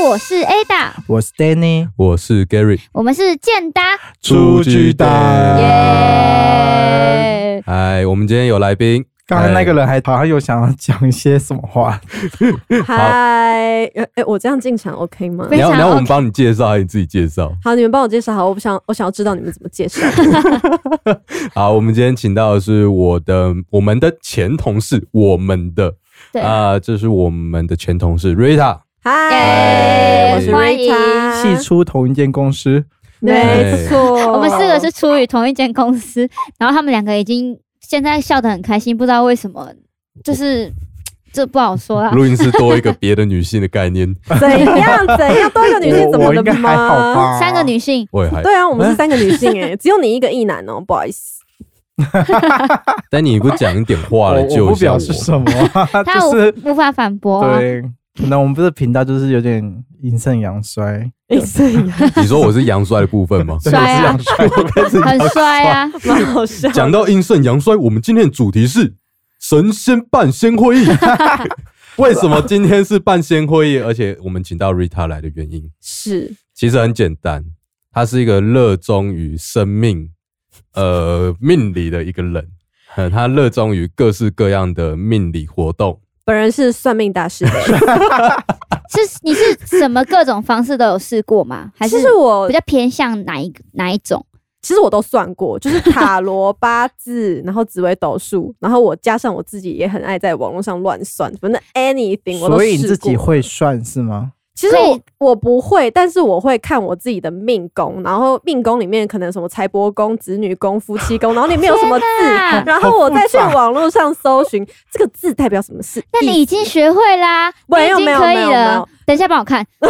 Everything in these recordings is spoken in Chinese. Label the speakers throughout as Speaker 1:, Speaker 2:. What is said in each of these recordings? Speaker 1: 我是 Ada，
Speaker 2: 我是 Danny，
Speaker 3: 我是 Gary，
Speaker 1: 我们是健达，
Speaker 3: 出巨蛋
Speaker 1: 耶、
Speaker 3: 哎，我们今天有来宾，
Speaker 2: 刚刚那个人还好像有想要讲一些什么话，
Speaker 4: 嗨，呃哎、我这样进场 OK 吗
Speaker 1: 非？
Speaker 3: 你要
Speaker 1: 常
Speaker 3: 你要我们
Speaker 1: OK
Speaker 3: 帮你介绍，还是你自己介绍？
Speaker 4: 好，你们帮我介绍好，我不想，我想要知道你们怎么介 绍。
Speaker 3: 好，我们今天请到的是我的我们的前同事，我们的
Speaker 1: 对，
Speaker 3: 啊、这是我们的前同事 Rita，
Speaker 4: 嗨，
Speaker 3: 耶
Speaker 4: 我是
Speaker 1: 欢迎
Speaker 2: 系
Speaker 4: Rita，
Speaker 2: 出同一间公司，
Speaker 4: 没错，
Speaker 1: 我们四个是出于同一间公司，然后他们两个已经现在笑得很开心，不知道为什么，就是这不好说啦。
Speaker 3: 录音室多一个别的女性的概 念，
Speaker 4: 怎样怎样，多一个女性怎
Speaker 2: 我
Speaker 4: 么
Speaker 2: 我
Speaker 4: 了
Speaker 2: 应该还好
Speaker 4: 吗？
Speaker 2: 吧？
Speaker 1: 三个，女性，
Speaker 3: 我也还。
Speaker 4: 对啊，我们是三个女性哎、只有你一个异男哦、 不好意思。
Speaker 3: 但你不讲一点话
Speaker 2: 我
Speaker 3: 来
Speaker 2: 我
Speaker 3: 救
Speaker 2: 不
Speaker 3: 一下
Speaker 2: 表
Speaker 3: 我，
Speaker 2: 示什么 啊，
Speaker 1: 她
Speaker 2: 就
Speaker 1: 无
Speaker 2: 是
Speaker 1: 无法反驳啊。
Speaker 2: 对，可能我们这个频道就是有点阴盛阳衰，
Speaker 4: 哎，是呀，
Speaker 3: 你说我是阳衰的部分吗？
Speaker 2: 对，
Speaker 1: 衰
Speaker 2: 我
Speaker 1: 啊
Speaker 2: 是阳衰，
Speaker 1: 很衰啊！
Speaker 4: 蛮好笑。
Speaker 3: 讲到阴盛阳衰，我们今天的主题是神仙办仙 会议。为什么今天是办仙会议？而且我们请到 Rita 来的原因，
Speaker 4: 是
Speaker 3: 其实很简单，他是一个热衷于生 命、呃命理的一个人，呃、他热衷于各式各样的命理活动。
Speaker 4: 本人是算命大师，
Speaker 1: 是你是什么各种方式都有试过吗？还
Speaker 4: 其
Speaker 1: 是
Speaker 4: 实我
Speaker 1: 比较偏向哪一哪一种？
Speaker 4: 其实我都算过，就是 塔罗、八字，然后紫微斗数，然后我加上我自己也很爱在网络上乱算，反正 anything 我都试过。
Speaker 2: 所以你自己会算是吗？
Speaker 4: 其实
Speaker 1: 所以
Speaker 4: 我我不会，但是我会看我自己的命宫，然后命宫里面可能什么财帛宫、子女宫、夫妻宫，然后里面有什么字
Speaker 1: 天哪，
Speaker 4: 然后我再去
Speaker 2: 好复杂
Speaker 4: 网络上搜寻这个字代表什么事。
Speaker 1: 那你已经学会啦，
Speaker 4: 没
Speaker 1: 你已
Speaker 4: 有
Speaker 1: 经
Speaker 4: 没有
Speaker 1: 可以
Speaker 4: 没有没
Speaker 1: 了
Speaker 4: 有。
Speaker 1: 等一下帮我 看，
Speaker 4: 重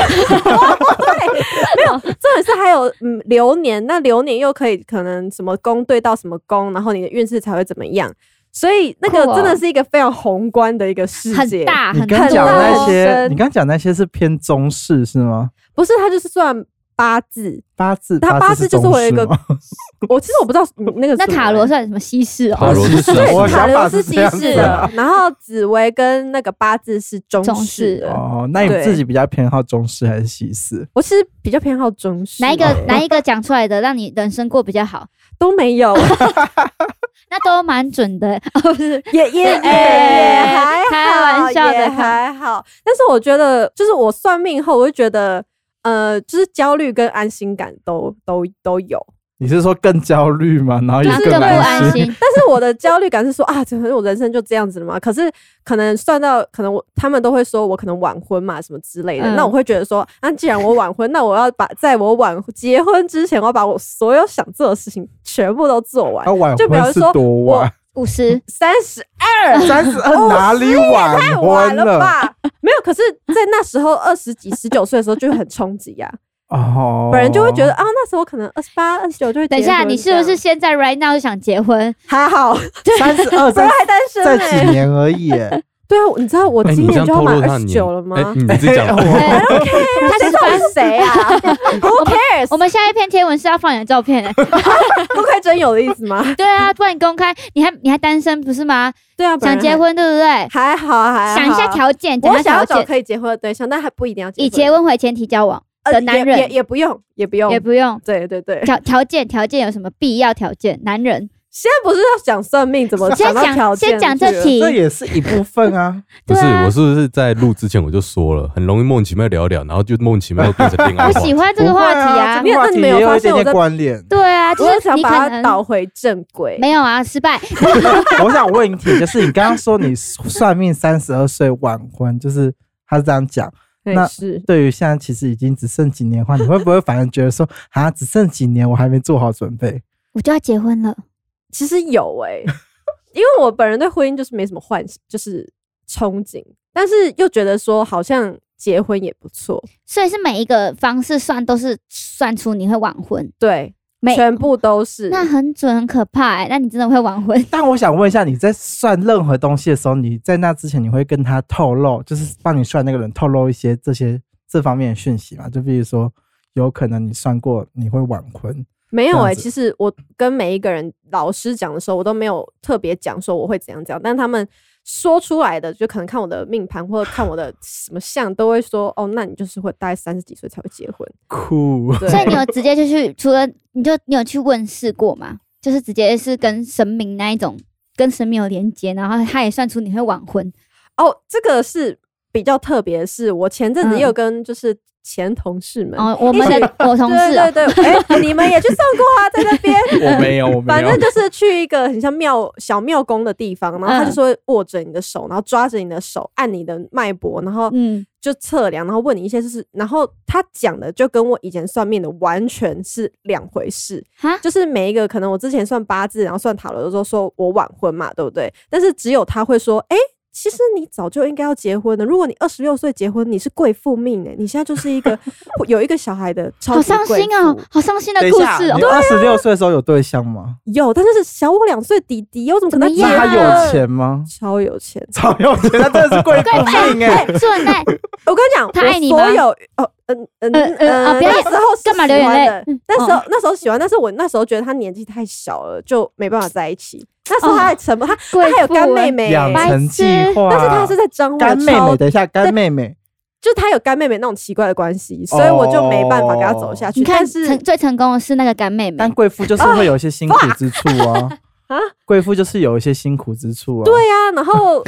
Speaker 4: 点是还有嗯流年，那流年又可以可能什么宫对到什么宫，然后你的运势才会怎么样。所以那个
Speaker 1: 酷哦
Speaker 4: 真的是一个非常宏观的一个世界，
Speaker 1: 很大
Speaker 2: 你
Speaker 1: 很
Speaker 2: 刚
Speaker 1: 大
Speaker 4: 看
Speaker 2: 讲
Speaker 4: 到
Speaker 2: 那些，
Speaker 4: 深
Speaker 2: 你刚讲那些是偏中式是吗？
Speaker 4: 不是它就是算八字。
Speaker 2: 八字，
Speaker 4: 它八字就是
Speaker 2: 中
Speaker 4: 会有一
Speaker 2: 式
Speaker 4: 个
Speaker 2: 吗
Speaker 4: 我其实我不知道嗯那个
Speaker 1: 那
Speaker 4: 什么
Speaker 1: 塔罗算什么西式哦？
Speaker 3: 塔罗是什么
Speaker 4: 对
Speaker 2: 我
Speaker 4: 塔
Speaker 2: 想
Speaker 4: 罗
Speaker 2: 法
Speaker 4: 是
Speaker 2: 是
Speaker 4: 西
Speaker 2: 这样
Speaker 4: 式
Speaker 2: 子啊
Speaker 4: 的
Speaker 2: 的，
Speaker 4: 然后紫薇跟那个八字是中
Speaker 1: 中
Speaker 4: 式
Speaker 1: 式
Speaker 4: 的。
Speaker 2: 哦，那你
Speaker 4: 对
Speaker 2: 自己比较偏好中式还是西式？
Speaker 4: 我其实比较偏好中式，哦
Speaker 1: 哪一个哪一个讲出来的让你人生过比较好？
Speaker 4: 都没有，
Speaker 1: 那都蛮准的哦，不是
Speaker 4: 也也也也还
Speaker 1: 哎
Speaker 4: 好，
Speaker 1: 开玩笑的
Speaker 4: 也还好。但是我觉得，就是我算命后，我就觉得，呃，就是焦虑跟安心感都都都有。
Speaker 2: 你是说更焦虑吗？然后也
Speaker 1: 然后
Speaker 4: 更
Speaker 1: 更不
Speaker 2: 安
Speaker 1: 安心。
Speaker 4: 但是我的焦虑感是说啊，可能我人生就这样子了嘛。可是可能算到，可能我他们都会说我可能晚婚嘛，什么之类的。
Speaker 1: 嗯
Speaker 4: 那我会觉得说，那、既然我晚婚，那我要把在我晚结婚之前，我要把我所有想做的事情全部都做完
Speaker 2: 他。晚
Speaker 4: 就比如
Speaker 2: 婚是
Speaker 4: 说
Speaker 2: 多晚？
Speaker 1: 五十
Speaker 4: 三十
Speaker 2: 三十二哪里
Speaker 4: 太
Speaker 2: 晚
Speaker 4: 晚
Speaker 2: 婚
Speaker 4: 了？吧？没有，可是，在那时候二十几、十九岁的时候就很冲击呀、
Speaker 2: 哦，
Speaker 4: 本人就会觉得啊，那时候可能二十八、二十九 就会结
Speaker 1: 等
Speaker 4: 婚
Speaker 1: 一
Speaker 4: 这样。
Speaker 1: 下，你是不是现在 right now 就想结 婚？
Speaker 4: 还好？
Speaker 2: 三十 二
Speaker 4: 本
Speaker 2: 在
Speaker 4: 来还单身
Speaker 2: 在
Speaker 4: 呢、
Speaker 2: 几年而已。哎
Speaker 4: 对啊，你知道我
Speaker 3: 哎
Speaker 4: 今
Speaker 3: 你这
Speaker 4: 年
Speaker 3: 样
Speaker 4: 就要
Speaker 3: 透露
Speaker 4: 满
Speaker 3: 他
Speaker 4: 二
Speaker 3: 的
Speaker 4: 十
Speaker 3: 年
Speaker 4: 九了吗？
Speaker 3: 哎、你自己讲，
Speaker 2: 我
Speaker 1: 对
Speaker 4: 他谁知道我是谁 啊？Who cares？
Speaker 1: 我们下一篇贴文是要放你的照 片的。
Speaker 4: 不快真有的意 思吗？
Speaker 1: 对啊，不然你公开，你还你还单身不是吗？
Speaker 4: 对啊，本
Speaker 1: 想
Speaker 4: 人
Speaker 1: 结婚对不对？
Speaker 4: 还好还好。
Speaker 1: 想一下，条件，讲
Speaker 4: 我
Speaker 1: 一
Speaker 4: 想
Speaker 1: 下
Speaker 4: 要
Speaker 1: 条
Speaker 4: 找
Speaker 1: 件，
Speaker 4: 可以结婚的对象，但还不一定要结婚。
Speaker 1: 以结婚为前提交往
Speaker 4: 呃
Speaker 1: 的男
Speaker 4: 也也
Speaker 1: 人
Speaker 4: 也不用，也不用
Speaker 1: 也。不 用。
Speaker 4: 对对对，
Speaker 1: 条条件条件有什么必要条件？男人
Speaker 4: 现在不是要讲算命，怎么
Speaker 1: 先
Speaker 4: 讲到条
Speaker 1: 讲
Speaker 4: 件
Speaker 1: 先讲
Speaker 4: 去
Speaker 1: 这
Speaker 4: 了
Speaker 1: 题
Speaker 2: 这，也是一部分 啊。
Speaker 3: 不是
Speaker 1: 对啊
Speaker 3: 我是不是在录之前我就说了，很容易莫名其妙聊一聊，然后就莫名其妙变成恋爱
Speaker 1: 我
Speaker 3: 话
Speaker 1: 喜欢这个
Speaker 2: 不
Speaker 1: 话
Speaker 2: 会
Speaker 1: 题
Speaker 2: 啊，
Speaker 1: 啊。
Speaker 2: 这。个话
Speaker 4: 那
Speaker 2: 题
Speaker 4: 你们有
Speaker 2: 也
Speaker 4: 发
Speaker 2: 有一
Speaker 4: 现
Speaker 2: 点
Speaker 4: 我在
Speaker 2: 点关 联
Speaker 1: 对啊，就
Speaker 4: 我也
Speaker 1: 是
Speaker 4: 想
Speaker 1: 你
Speaker 4: 把
Speaker 1: 可
Speaker 4: 它
Speaker 1: 能
Speaker 4: 导回正轨。
Speaker 1: 没有啊，失败。
Speaker 2: 我想问一题，就是你刚刚说你算命三十二岁晚婚，就是他是这样讲。
Speaker 4: 对
Speaker 2: 那
Speaker 4: 是
Speaker 2: 对于现在其实已经只剩几年的话，你会不会反而觉得说啊，只剩几年，我还没做好准备？
Speaker 1: 我就要结婚了，
Speaker 4: 其实有哎、因为我本人对婚姻就是没什么幻想，就是憧憬，但是又觉得说好像结婚也不错，
Speaker 1: 所以是每一个方式算都是算出你会晚婚，
Speaker 4: 对，
Speaker 1: 每
Speaker 4: 全部都是。
Speaker 1: 那很准，很可怕哎、那你真的会晚婚？
Speaker 2: 但我想问一下，你在算任何东西的时候，你在那之前你会跟他透露，就是帮你算那个人透露一些这些这方面的讯息嘛？就比如说，有可能你算过你会晚婚，
Speaker 4: 没有
Speaker 2: 这样
Speaker 4: 哎、
Speaker 2: 子
Speaker 4: 其实我跟每一个人老师讲的时候，我都没有特别讲说我会怎样怎样，但他们说出来的，就可能看我的命盘或者看我的什么相，都会说哦，那你就是会大概三十几岁才会结婚。
Speaker 2: 酷，
Speaker 4: 对，
Speaker 1: 所以你有直接就去，除了你就你有去问世过吗？就是直接是跟神明那一种，跟神明有连接，然后他也算出你会晚婚，
Speaker 4: 哦，这个是比较特别，是我前阵子
Speaker 1: 嗯
Speaker 4: 也有跟就是前同事们，
Speaker 1: 然后哦我们的我同事
Speaker 4: 对
Speaker 1: 哦、
Speaker 4: 对对，哎、你们也去上过啊，在那边。
Speaker 2: 我没有，我没
Speaker 4: 反
Speaker 2: 有
Speaker 4: 正，就是去一个很像庙小庙宫的地方，然后他
Speaker 1: 嗯
Speaker 4: 就说握着你的手，然后抓着你的手，按你的脉搏，然后
Speaker 1: 嗯，
Speaker 4: 就测量，然后问你一些就是，然后他讲的就跟我以前算命的完全是两回事。
Speaker 1: 哈，
Speaker 4: 就是每一个可能我之前算八字，然后算塔罗的时候说我晚婚嘛，对不对？但是只有他会说，哎、其实你早就应该要结婚的。如果你二十六岁结婚，你是贵妇命哎、你现在就是一个有一个小孩 的超
Speaker 1: 好
Speaker 4: 级
Speaker 1: 伤
Speaker 4: 贵
Speaker 1: 心哦
Speaker 4: 妇，
Speaker 1: 好伤心的
Speaker 5: 等一
Speaker 1: 故
Speaker 5: 下
Speaker 1: 事哦、
Speaker 2: 你二十六岁的时候有对象吗？
Speaker 4: 有，但是是小我两岁弟弟，我怎么可能
Speaker 1: 怎
Speaker 4: 结
Speaker 1: 么
Speaker 2: 那
Speaker 1: 样
Speaker 2: 他
Speaker 4: 婚？
Speaker 2: 有钱吗？
Speaker 4: 超有钱。
Speaker 2: 超有钱，他真的是贵妇命哎、
Speaker 1: 顺 带
Speaker 4: 我跟你讲，
Speaker 1: 他爱你
Speaker 4: 我
Speaker 1: 吗
Speaker 4: 所有哦，嗯嗯
Speaker 1: 呃呃啊
Speaker 4: 呃
Speaker 1: 不要
Speaker 4: 那时候是
Speaker 1: 干嘛流
Speaker 4: 喜
Speaker 1: 眼
Speaker 4: 欢
Speaker 1: 泪
Speaker 4: 的？
Speaker 1: 嗯
Speaker 4: 那时候
Speaker 1: 哦
Speaker 4: 那时候喜欢，但是我那时候觉得他年纪太小了，就没办法在一起。那时
Speaker 1: 哦
Speaker 4: 候他还沉默，他
Speaker 1: 贵
Speaker 4: 他还有
Speaker 1: 妇
Speaker 4: 干
Speaker 1: 欸
Speaker 4: 妹妹
Speaker 2: 养
Speaker 4: 欸，
Speaker 2: 成计划，
Speaker 4: 但是他是在彰化
Speaker 2: 干妹
Speaker 4: 超
Speaker 2: 妹，等一下，干妹妹，
Speaker 4: 就他有干妹妹那种奇怪的关系，所以我就没办法跟他走
Speaker 2: 哦
Speaker 4: 下去。
Speaker 1: 你看
Speaker 4: 但是
Speaker 1: 成最成功的是那个干妹妹
Speaker 2: 但，贵妇就是会有一些辛苦之处啊。
Speaker 4: 啊
Speaker 2: 贵妇就是有一些辛苦之处啊。
Speaker 4: 对啊，然后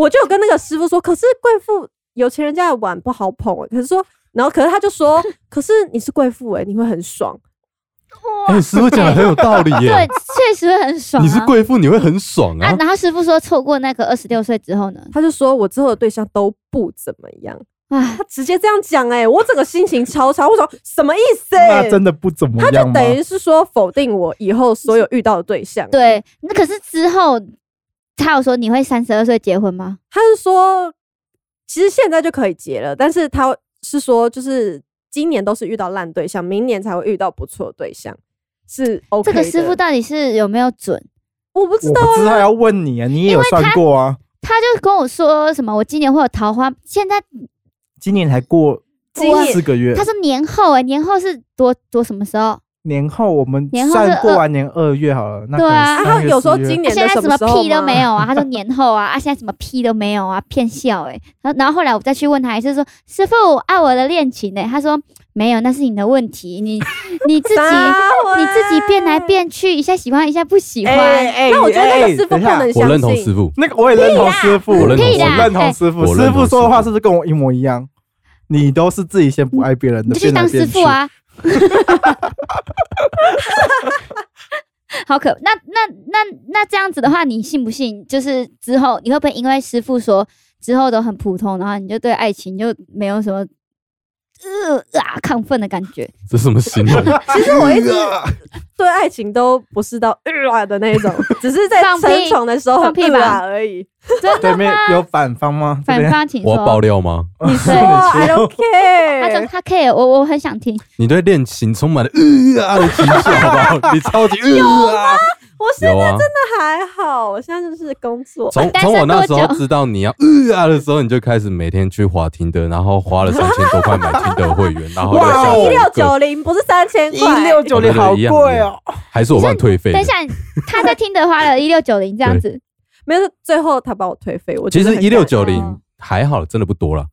Speaker 4: 我就有跟那个师傅说，可是贵妇有钱人家的碗不好捧、欸，可是说，然后可是他就说，可是你是贵妇哎，你会很爽。
Speaker 3: 哎，师傅讲的很有道理
Speaker 1: 对
Speaker 3: 耶。，
Speaker 1: 确实会很爽、啊。
Speaker 3: 你是贵妇，你会很爽
Speaker 1: 啊
Speaker 3: 啊！
Speaker 1: 然后师傅说错过那个二十六岁之后呢，
Speaker 4: 他就说我之后的对象都不怎么样，
Speaker 1: 啊，
Speaker 4: 他直接这样讲哎、我整个心情超差，我说什么意思、
Speaker 2: 那
Speaker 4: 欸？
Speaker 2: 真的不怎么
Speaker 4: 他
Speaker 2: 样
Speaker 4: 就
Speaker 2: 吗？
Speaker 4: 等于是说否定我以后所有遇到的对象。，
Speaker 1: 对，那可是之后他有说你会三十二岁结婚吗？
Speaker 4: 他是说，其实现在就可以结了，但是他是说，就是今年都是遇到烂对象，明年才会遇到不错的对象，是 OK
Speaker 1: 这
Speaker 4: 的。
Speaker 1: 个师傅到底是有没有准？
Speaker 4: 我不知
Speaker 2: 我
Speaker 4: 道，
Speaker 2: 不知道要问你啊，你也有算过啊？
Speaker 1: 他就跟我说什么我今年会有桃花，现在
Speaker 2: 今年才过
Speaker 4: 今
Speaker 2: 四
Speaker 4: 年
Speaker 2: 个月
Speaker 1: 他，说年后哎、年后是多多什么时候？
Speaker 2: 年后我们
Speaker 1: 年后是
Speaker 2: 算过完啊年二月好了。那
Speaker 1: 对啊
Speaker 2: 可能
Speaker 4: 啊，他
Speaker 2: 三月
Speaker 4: 有时候
Speaker 2: 四月
Speaker 4: 今
Speaker 1: 他
Speaker 4: 年
Speaker 1: 现在
Speaker 4: 的什
Speaker 1: 什么
Speaker 4: 时候
Speaker 1: 屁都没
Speaker 4: 吗。
Speaker 1: 有啊！他说年后啊，啊现在什么屁都没有啊，骗笑哎、然后然后后来我再去问他一次说，师傅我爱我的恋情呢、他说没有，那是你的问题，你你 自己
Speaker 4: 撒谎
Speaker 1: 你自己变来变去，一下喜欢一下不喜欢。
Speaker 2: 哎哎，
Speaker 4: 那我觉得那个
Speaker 2: 哎
Speaker 4: 师傅
Speaker 2: 等
Speaker 4: 不
Speaker 2: 一下
Speaker 4: 能相信。
Speaker 3: 我认同师傅，
Speaker 2: 那个我也认同师傅，
Speaker 3: 我
Speaker 2: 我
Speaker 3: 认同
Speaker 1: 屁啦
Speaker 2: 认同师
Speaker 3: 哎
Speaker 2: 傅，师
Speaker 3: 我认同
Speaker 2: 傅
Speaker 3: 师傅
Speaker 2: 说的话是不是跟我一模一样？你都是自己先不爱别人
Speaker 1: 你
Speaker 2: 的，
Speaker 1: 就去当师傅啊！ 好可，那那那那这样子的话，你信不信？就是之后你会不会因为师傅说之后都很普通，然后你就对爱情就没有什么呃啊亢奋的感觉？
Speaker 3: 这什么形容？
Speaker 4: 其实我一直对爱情都不是到呃的那一种，只是在
Speaker 1: 放屁
Speaker 4: 成宠的时候
Speaker 1: 放屁
Speaker 4: 呃
Speaker 1: 吧
Speaker 4: 而已。
Speaker 2: 变去。 对面有反方吗？这
Speaker 1: 反
Speaker 2: 边
Speaker 1: 方请哦
Speaker 3: 我要爆
Speaker 1: 说。
Speaker 3: 料吗？
Speaker 4: 你说
Speaker 1: 对
Speaker 4: I don't
Speaker 1: 他说
Speaker 4: care，
Speaker 1: 他 care 我，我很想听。
Speaker 3: 你对恋情充满了呃啊的情绪，好不好？你 超级呃啊！
Speaker 4: 我现
Speaker 3: 有啊，
Speaker 4: 在还好，我现在就是工作。
Speaker 3: 从
Speaker 1: 单身
Speaker 3: 从我那时
Speaker 1: 多
Speaker 3: 候
Speaker 1: 久
Speaker 3: 知道你要呃啊的时候，你就开始每天去滑听的，然后花了三千多块买听的会员，然后又
Speaker 2: 哇
Speaker 3: 下
Speaker 2: 哦
Speaker 4: 一
Speaker 3: 载
Speaker 4: 六
Speaker 3: 一
Speaker 4: 九
Speaker 3: 个，
Speaker 4: 零不是三千
Speaker 2: 一
Speaker 4: 块，
Speaker 2: 六九零好
Speaker 3: 对对对一样一
Speaker 2: 贵哦
Speaker 3: 样，还是我帮你退费的
Speaker 1: 等一。下，他在听的 花了一六九零这样子，
Speaker 4: 没有，最后他把我退费。我
Speaker 3: 其
Speaker 4: 觉得
Speaker 3: 实
Speaker 4: 很
Speaker 3: 一六
Speaker 4: 感动
Speaker 3: 九零还好，真的不多了。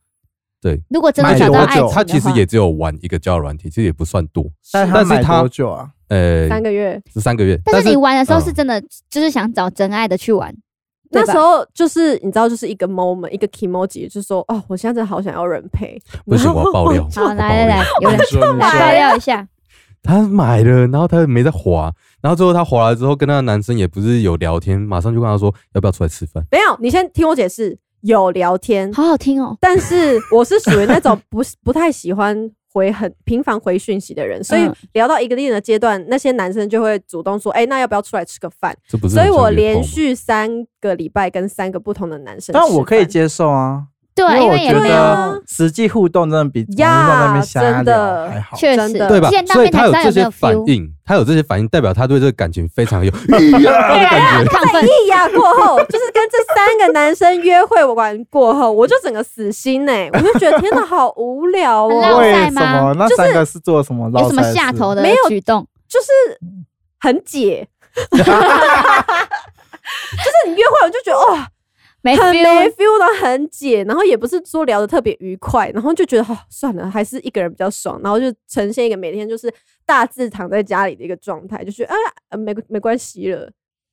Speaker 1: 如果哦真的
Speaker 2: 买
Speaker 1: 找
Speaker 2: 多
Speaker 1: 到爱情
Speaker 2: 久
Speaker 1: 的话，
Speaker 3: 他其实也只有玩一个交友软体，其实也不算多，
Speaker 2: 但
Speaker 3: 但
Speaker 2: 他
Speaker 3: 是
Speaker 2: 买
Speaker 3: 他
Speaker 2: 多久啊？
Speaker 3: 呃，
Speaker 4: 三个月，
Speaker 3: 是三个月。
Speaker 1: 但是你玩的时候
Speaker 3: 嗯
Speaker 1: 是真的，就是想找真爱的去玩。
Speaker 4: 那
Speaker 2: 对吧
Speaker 4: 时候就是你知道，就是一个 moment，一个 emoji，就是说哦，我现在真的好想要人陪。
Speaker 3: 不行，我要爆 料。
Speaker 1: 好，来来来，有
Speaker 2: 你
Speaker 1: 人
Speaker 2: 说你
Speaker 1: 来
Speaker 2: 说
Speaker 1: 爆料一下。
Speaker 3: 他买了，然后他没在滑，然后最后他滑了之后，跟那个男生也不是有聊天，马上就跟他说要不要出来吃饭。
Speaker 4: 没有，你先听我解释。有聊天，
Speaker 1: 好好听哦。
Speaker 4: 但是我是属于那种不是不太喜欢回很频繁回讯息的人，所以
Speaker 1: 嗯
Speaker 4: 聊到一个定的阶段，那些男生就会主动说：“哎、那要不要出来吃个饭
Speaker 3: 这不？”是
Speaker 4: 所
Speaker 3: 很
Speaker 4: 以
Speaker 3: 像约炮吗？
Speaker 4: 我连续三个礼拜跟三个不同的男生吃饭，
Speaker 2: 但我可以接受啊，
Speaker 1: 对啊，
Speaker 2: 因
Speaker 1: 因
Speaker 2: 为我
Speaker 1: 为也
Speaker 2: 觉
Speaker 1: 没
Speaker 4: 对
Speaker 1: 有，
Speaker 4: 啊
Speaker 2: 得实际互动真的比网络
Speaker 4: 呀
Speaker 2: 上那边瞎
Speaker 4: 真的
Speaker 2: 聊还好。
Speaker 1: 确实
Speaker 4: 真的
Speaker 3: 对吧
Speaker 1: 呃见？到
Speaker 3: 所以
Speaker 1: 面才
Speaker 3: 他
Speaker 1: 知道
Speaker 3: 这
Speaker 1: 有没
Speaker 3: 些
Speaker 1: 有
Speaker 3: 反
Speaker 1: feel。
Speaker 3: 应，他有这些反应，代表他对这个感情非常有 呀的感觉。
Speaker 1: 亢奋，
Speaker 4: 一呀过后，就是跟这三个男生约会完过后，我就整个死心呢、 我就觉得天哪，好无聊
Speaker 1: 很浪
Speaker 4: 哦、
Speaker 1: 漫
Speaker 2: 为
Speaker 1: 塞
Speaker 2: 什
Speaker 1: 吗
Speaker 2: 么那三个是做什么？
Speaker 1: 有什么
Speaker 2: 老塞
Speaker 1: 下头
Speaker 2: 是
Speaker 1: 的
Speaker 4: 没有
Speaker 1: 举动？
Speaker 4: 就是很 解，就是你约会我就觉得哦，
Speaker 1: 没
Speaker 4: 很没
Speaker 1: feel，
Speaker 4: feel 的很解，然后也不是说聊得特别愉快，然后就觉得哦算了，还是一个人比较爽，然后就呈现一个每天就是大致躺在家里的一个状态，就觉得啊、呃没没关系了，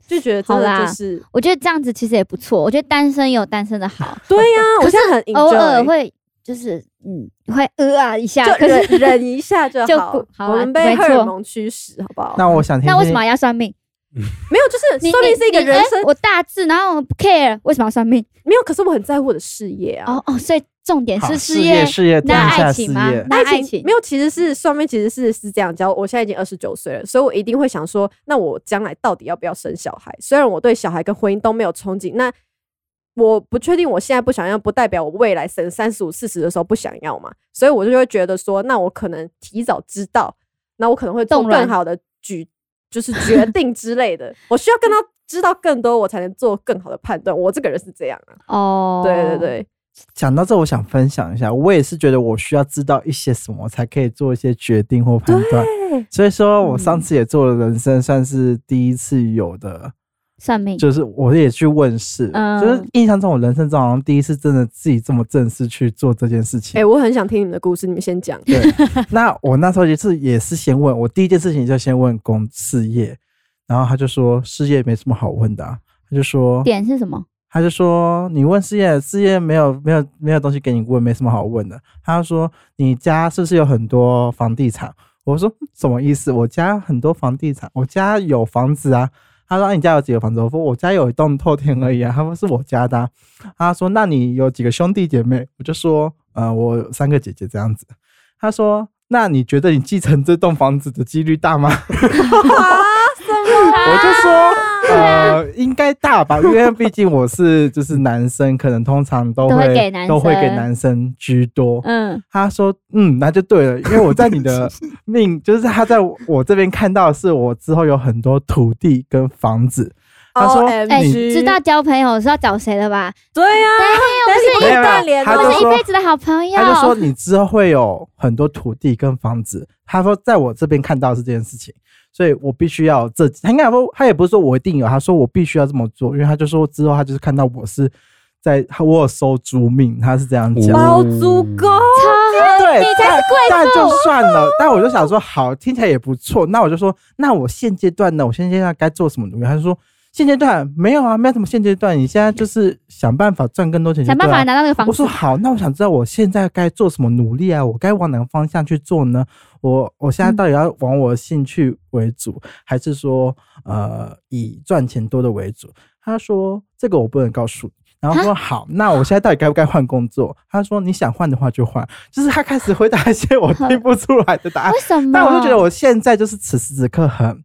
Speaker 4: 就觉得真
Speaker 1: 好
Speaker 4: 的
Speaker 1: 啦
Speaker 4: 就是
Speaker 1: 我觉得这样子其实也不错。我觉得单身有单身的 好，
Speaker 4: 对呀、我
Speaker 1: 可是
Speaker 4: 现在很
Speaker 1: 偶尔
Speaker 4: enjoy，
Speaker 1: 会就是嗯会呃啊一下，
Speaker 4: 就
Speaker 1: 可是
Speaker 4: 忍忍一下就
Speaker 1: 就
Speaker 4: 好
Speaker 1: 不，好啊
Speaker 4: 我们被
Speaker 1: 没
Speaker 4: 荷
Speaker 1: 错
Speaker 4: 尔蒙驱使，好不好？
Speaker 2: 那我想 听
Speaker 1: 那为什
Speaker 2: 听
Speaker 1: 么要算 命？
Speaker 4: 没有，就是
Speaker 1: 你
Speaker 4: 说明是一个
Speaker 1: 你
Speaker 4: 人
Speaker 1: 哎
Speaker 4: 生
Speaker 1: 我大致，然后我不 care，为什么要算命？
Speaker 4: 没有，可是我很在乎我的事业啊。
Speaker 1: 哦哦，所以重点
Speaker 2: 好
Speaker 1: 是
Speaker 2: 事
Speaker 1: 业，
Speaker 2: 事业听
Speaker 1: 那
Speaker 2: 一下
Speaker 1: 爱
Speaker 2: 事
Speaker 1: 情吗？
Speaker 2: 业，
Speaker 1: 那
Speaker 4: 爱
Speaker 1: 爱
Speaker 4: 情
Speaker 1: 情
Speaker 4: 没有，其实是上面其实是是这样教。我现在已经二十九岁了，所以我一定会想说，那我将来到底要不要生小孩？虽然我对小孩跟婚姻都没有憧憬，那我不确定我现在不想要，不代表我未来生三十五、四十的时候不想要嘛。所以我就会觉得说，那我可能提早知道，那我可能会做
Speaker 1: 动乱
Speaker 4: 更好的举，就是 决定之类的。我需要跟他知道更多，我才能做更好的判断。我这个人是这样啊，
Speaker 1: 哦，
Speaker 4: 对对，对，
Speaker 2: 讲到这，我想分享一下，我也是觉得我需要知道一些什么，才可以做一些决定或判断。所以说我上次也做了人生算是第一次有的，
Speaker 1: 算命
Speaker 2: 就是我也去问世，
Speaker 1: 嗯
Speaker 2: 就是印象中我人生中好像第一次真的自己这么正式去做这件事
Speaker 4: 哎、
Speaker 2: 情。
Speaker 4: 我很想听你们的故事，你们先讲。
Speaker 2: 对，那我那时候也是也是先问，我第一件事情就先问公事业，然后他就说事业没什么好问的、啊，他就说
Speaker 1: 点是什么？
Speaker 2: 他就说：“你问事业，事业没有没有没有东西给你问，没什么好问的。”他就说：“你家是不是有很多房地产？”我说：“嗯什么意思？我家很多房地产，我家有房子啊。”他说啊：“你家有几个房子？”我说：“我家有一栋透天而已啊。”他说：“是我家的啊、他说：“那你有几个兄弟姐妹？”我就说：“呃，我有三个姐姐这样子。”他说：“那你觉得你继承这栋房子的几率大
Speaker 1: 啊
Speaker 2: 吗？” 我就说，
Speaker 1: 啊
Speaker 2: 呃，应该大吧，因为毕竟我是就是男生，可能通常都
Speaker 1: 都会
Speaker 2: 会
Speaker 1: 给男
Speaker 2: 都会给
Speaker 1: 生
Speaker 2: 男生居多。
Speaker 1: 嗯，
Speaker 2: 他说，嗯，那就对了，因为我在你的命，就是他在我这边看到的是我之后有很多土地跟房子。他说
Speaker 4: OMG
Speaker 1: 哎，
Speaker 2: 你
Speaker 1: 知道交朋友是要找谁了吧？
Speaker 4: 对呀、
Speaker 1: 对，
Speaker 4: 但
Speaker 1: 我
Speaker 4: 是
Speaker 1: 是
Speaker 4: 你
Speaker 1: 一
Speaker 4: 不
Speaker 2: 没有没有
Speaker 4: 能断联
Speaker 2: 他
Speaker 1: 我
Speaker 2: 就
Speaker 1: 们
Speaker 4: 哦。
Speaker 1: 是一
Speaker 2: 说
Speaker 1: 辈子的好朋友。
Speaker 2: 他就说你之后会有很多土地跟房子，他说在我这边看到的是这件事情，所以我必须要这，他应该不，他也不是说我一定有，他说我必须要这么做，因为他就说之后他就是看到我是在我有收租命，他是这样讲。
Speaker 4: 包租
Speaker 1: 嗯
Speaker 4: 公，
Speaker 1: 啊
Speaker 2: 对，啊但但就算了，但我就想说，好，听起来也不错。那我就说，那我现阶段呢？我现阶段该做什么努力？他就说，现阶段没有啊，没有什么现阶段，你现在就是想办法赚更多钱就对啊
Speaker 1: 想
Speaker 2: 了，
Speaker 1: 办法拿到那个房
Speaker 2: 我
Speaker 1: 子
Speaker 2: 说。好，那我想知道我现在该做什么努力啊？我该往哪个方向去做呢？我我现在到底要往我的兴趣为主，还是说呃以赚钱多的为主？他说这个我不能告诉你。然后说好，那我现在到底该不该换工作？他说你想换的话就换，就是他开始回答一些我听不出来的答案
Speaker 1: 为。什么？
Speaker 2: 啊但我就觉得我现在就是此时此刻很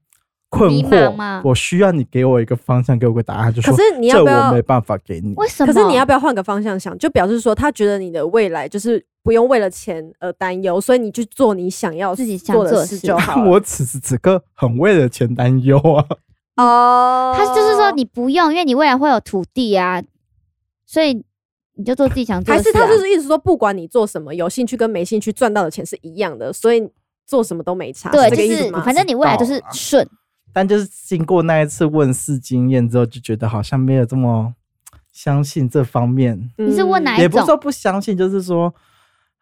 Speaker 2: 困
Speaker 1: 迷茫
Speaker 2: 惑
Speaker 1: 吗，
Speaker 2: 我需要你给我一个方向，给我个答案，就
Speaker 4: 可
Speaker 2: 说
Speaker 4: 是你要
Speaker 2: 这
Speaker 4: 不要
Speaker 2: 我没？办法给你。
Speaker 1: 为什
Speaker 4: 可
Speaker 1: 么？
Speaker 4: 是你要不要换个方向想？就表示说他觉得你的未来就是不用为了钱而担忧，所以你去做你想要
Speaker 1: 自己想
Speaker 4: 做
Speaker 1: 做
Speaker 4: 的
Speaker 1: 的
Speaker 4: 事
Speaker 1: 事
Speaker 4: 就好 了。
Speaker 2: 我此时此刻很为了钱担忧啊！
Speaker 4: 哦
Speaker 1: 他就是说你不用，因为你未来会有土地啊，所以你就做自己想做
Speaker 4: 还
Speaker 1: 的事、
Speaker 4: 是
Speaker 1: 啊。
Speaker 4: 他就是一直说，不管你做什么，有兴趣跟没兴趣赚到的钱是一样的，所以做什么都没差。
Speaker 1: 对，
Speaker 4: 这个意
Speaker 1: 就
Speaker 4: 思
Speaker 1: 是
Speaker 4: 吗？
Speaker 1: 反正你未来就是顺，
Speaker 2: 但就是经过那一次问世经验之后，就觉得好像没有这么相信这方面，
Speaker 1: 你是
Speaker 4: 嗯
Speaker 1: 问哪一
Speaker 2: 也不是
Speaker 1: 种
Speaker 2: 说不相信，就是说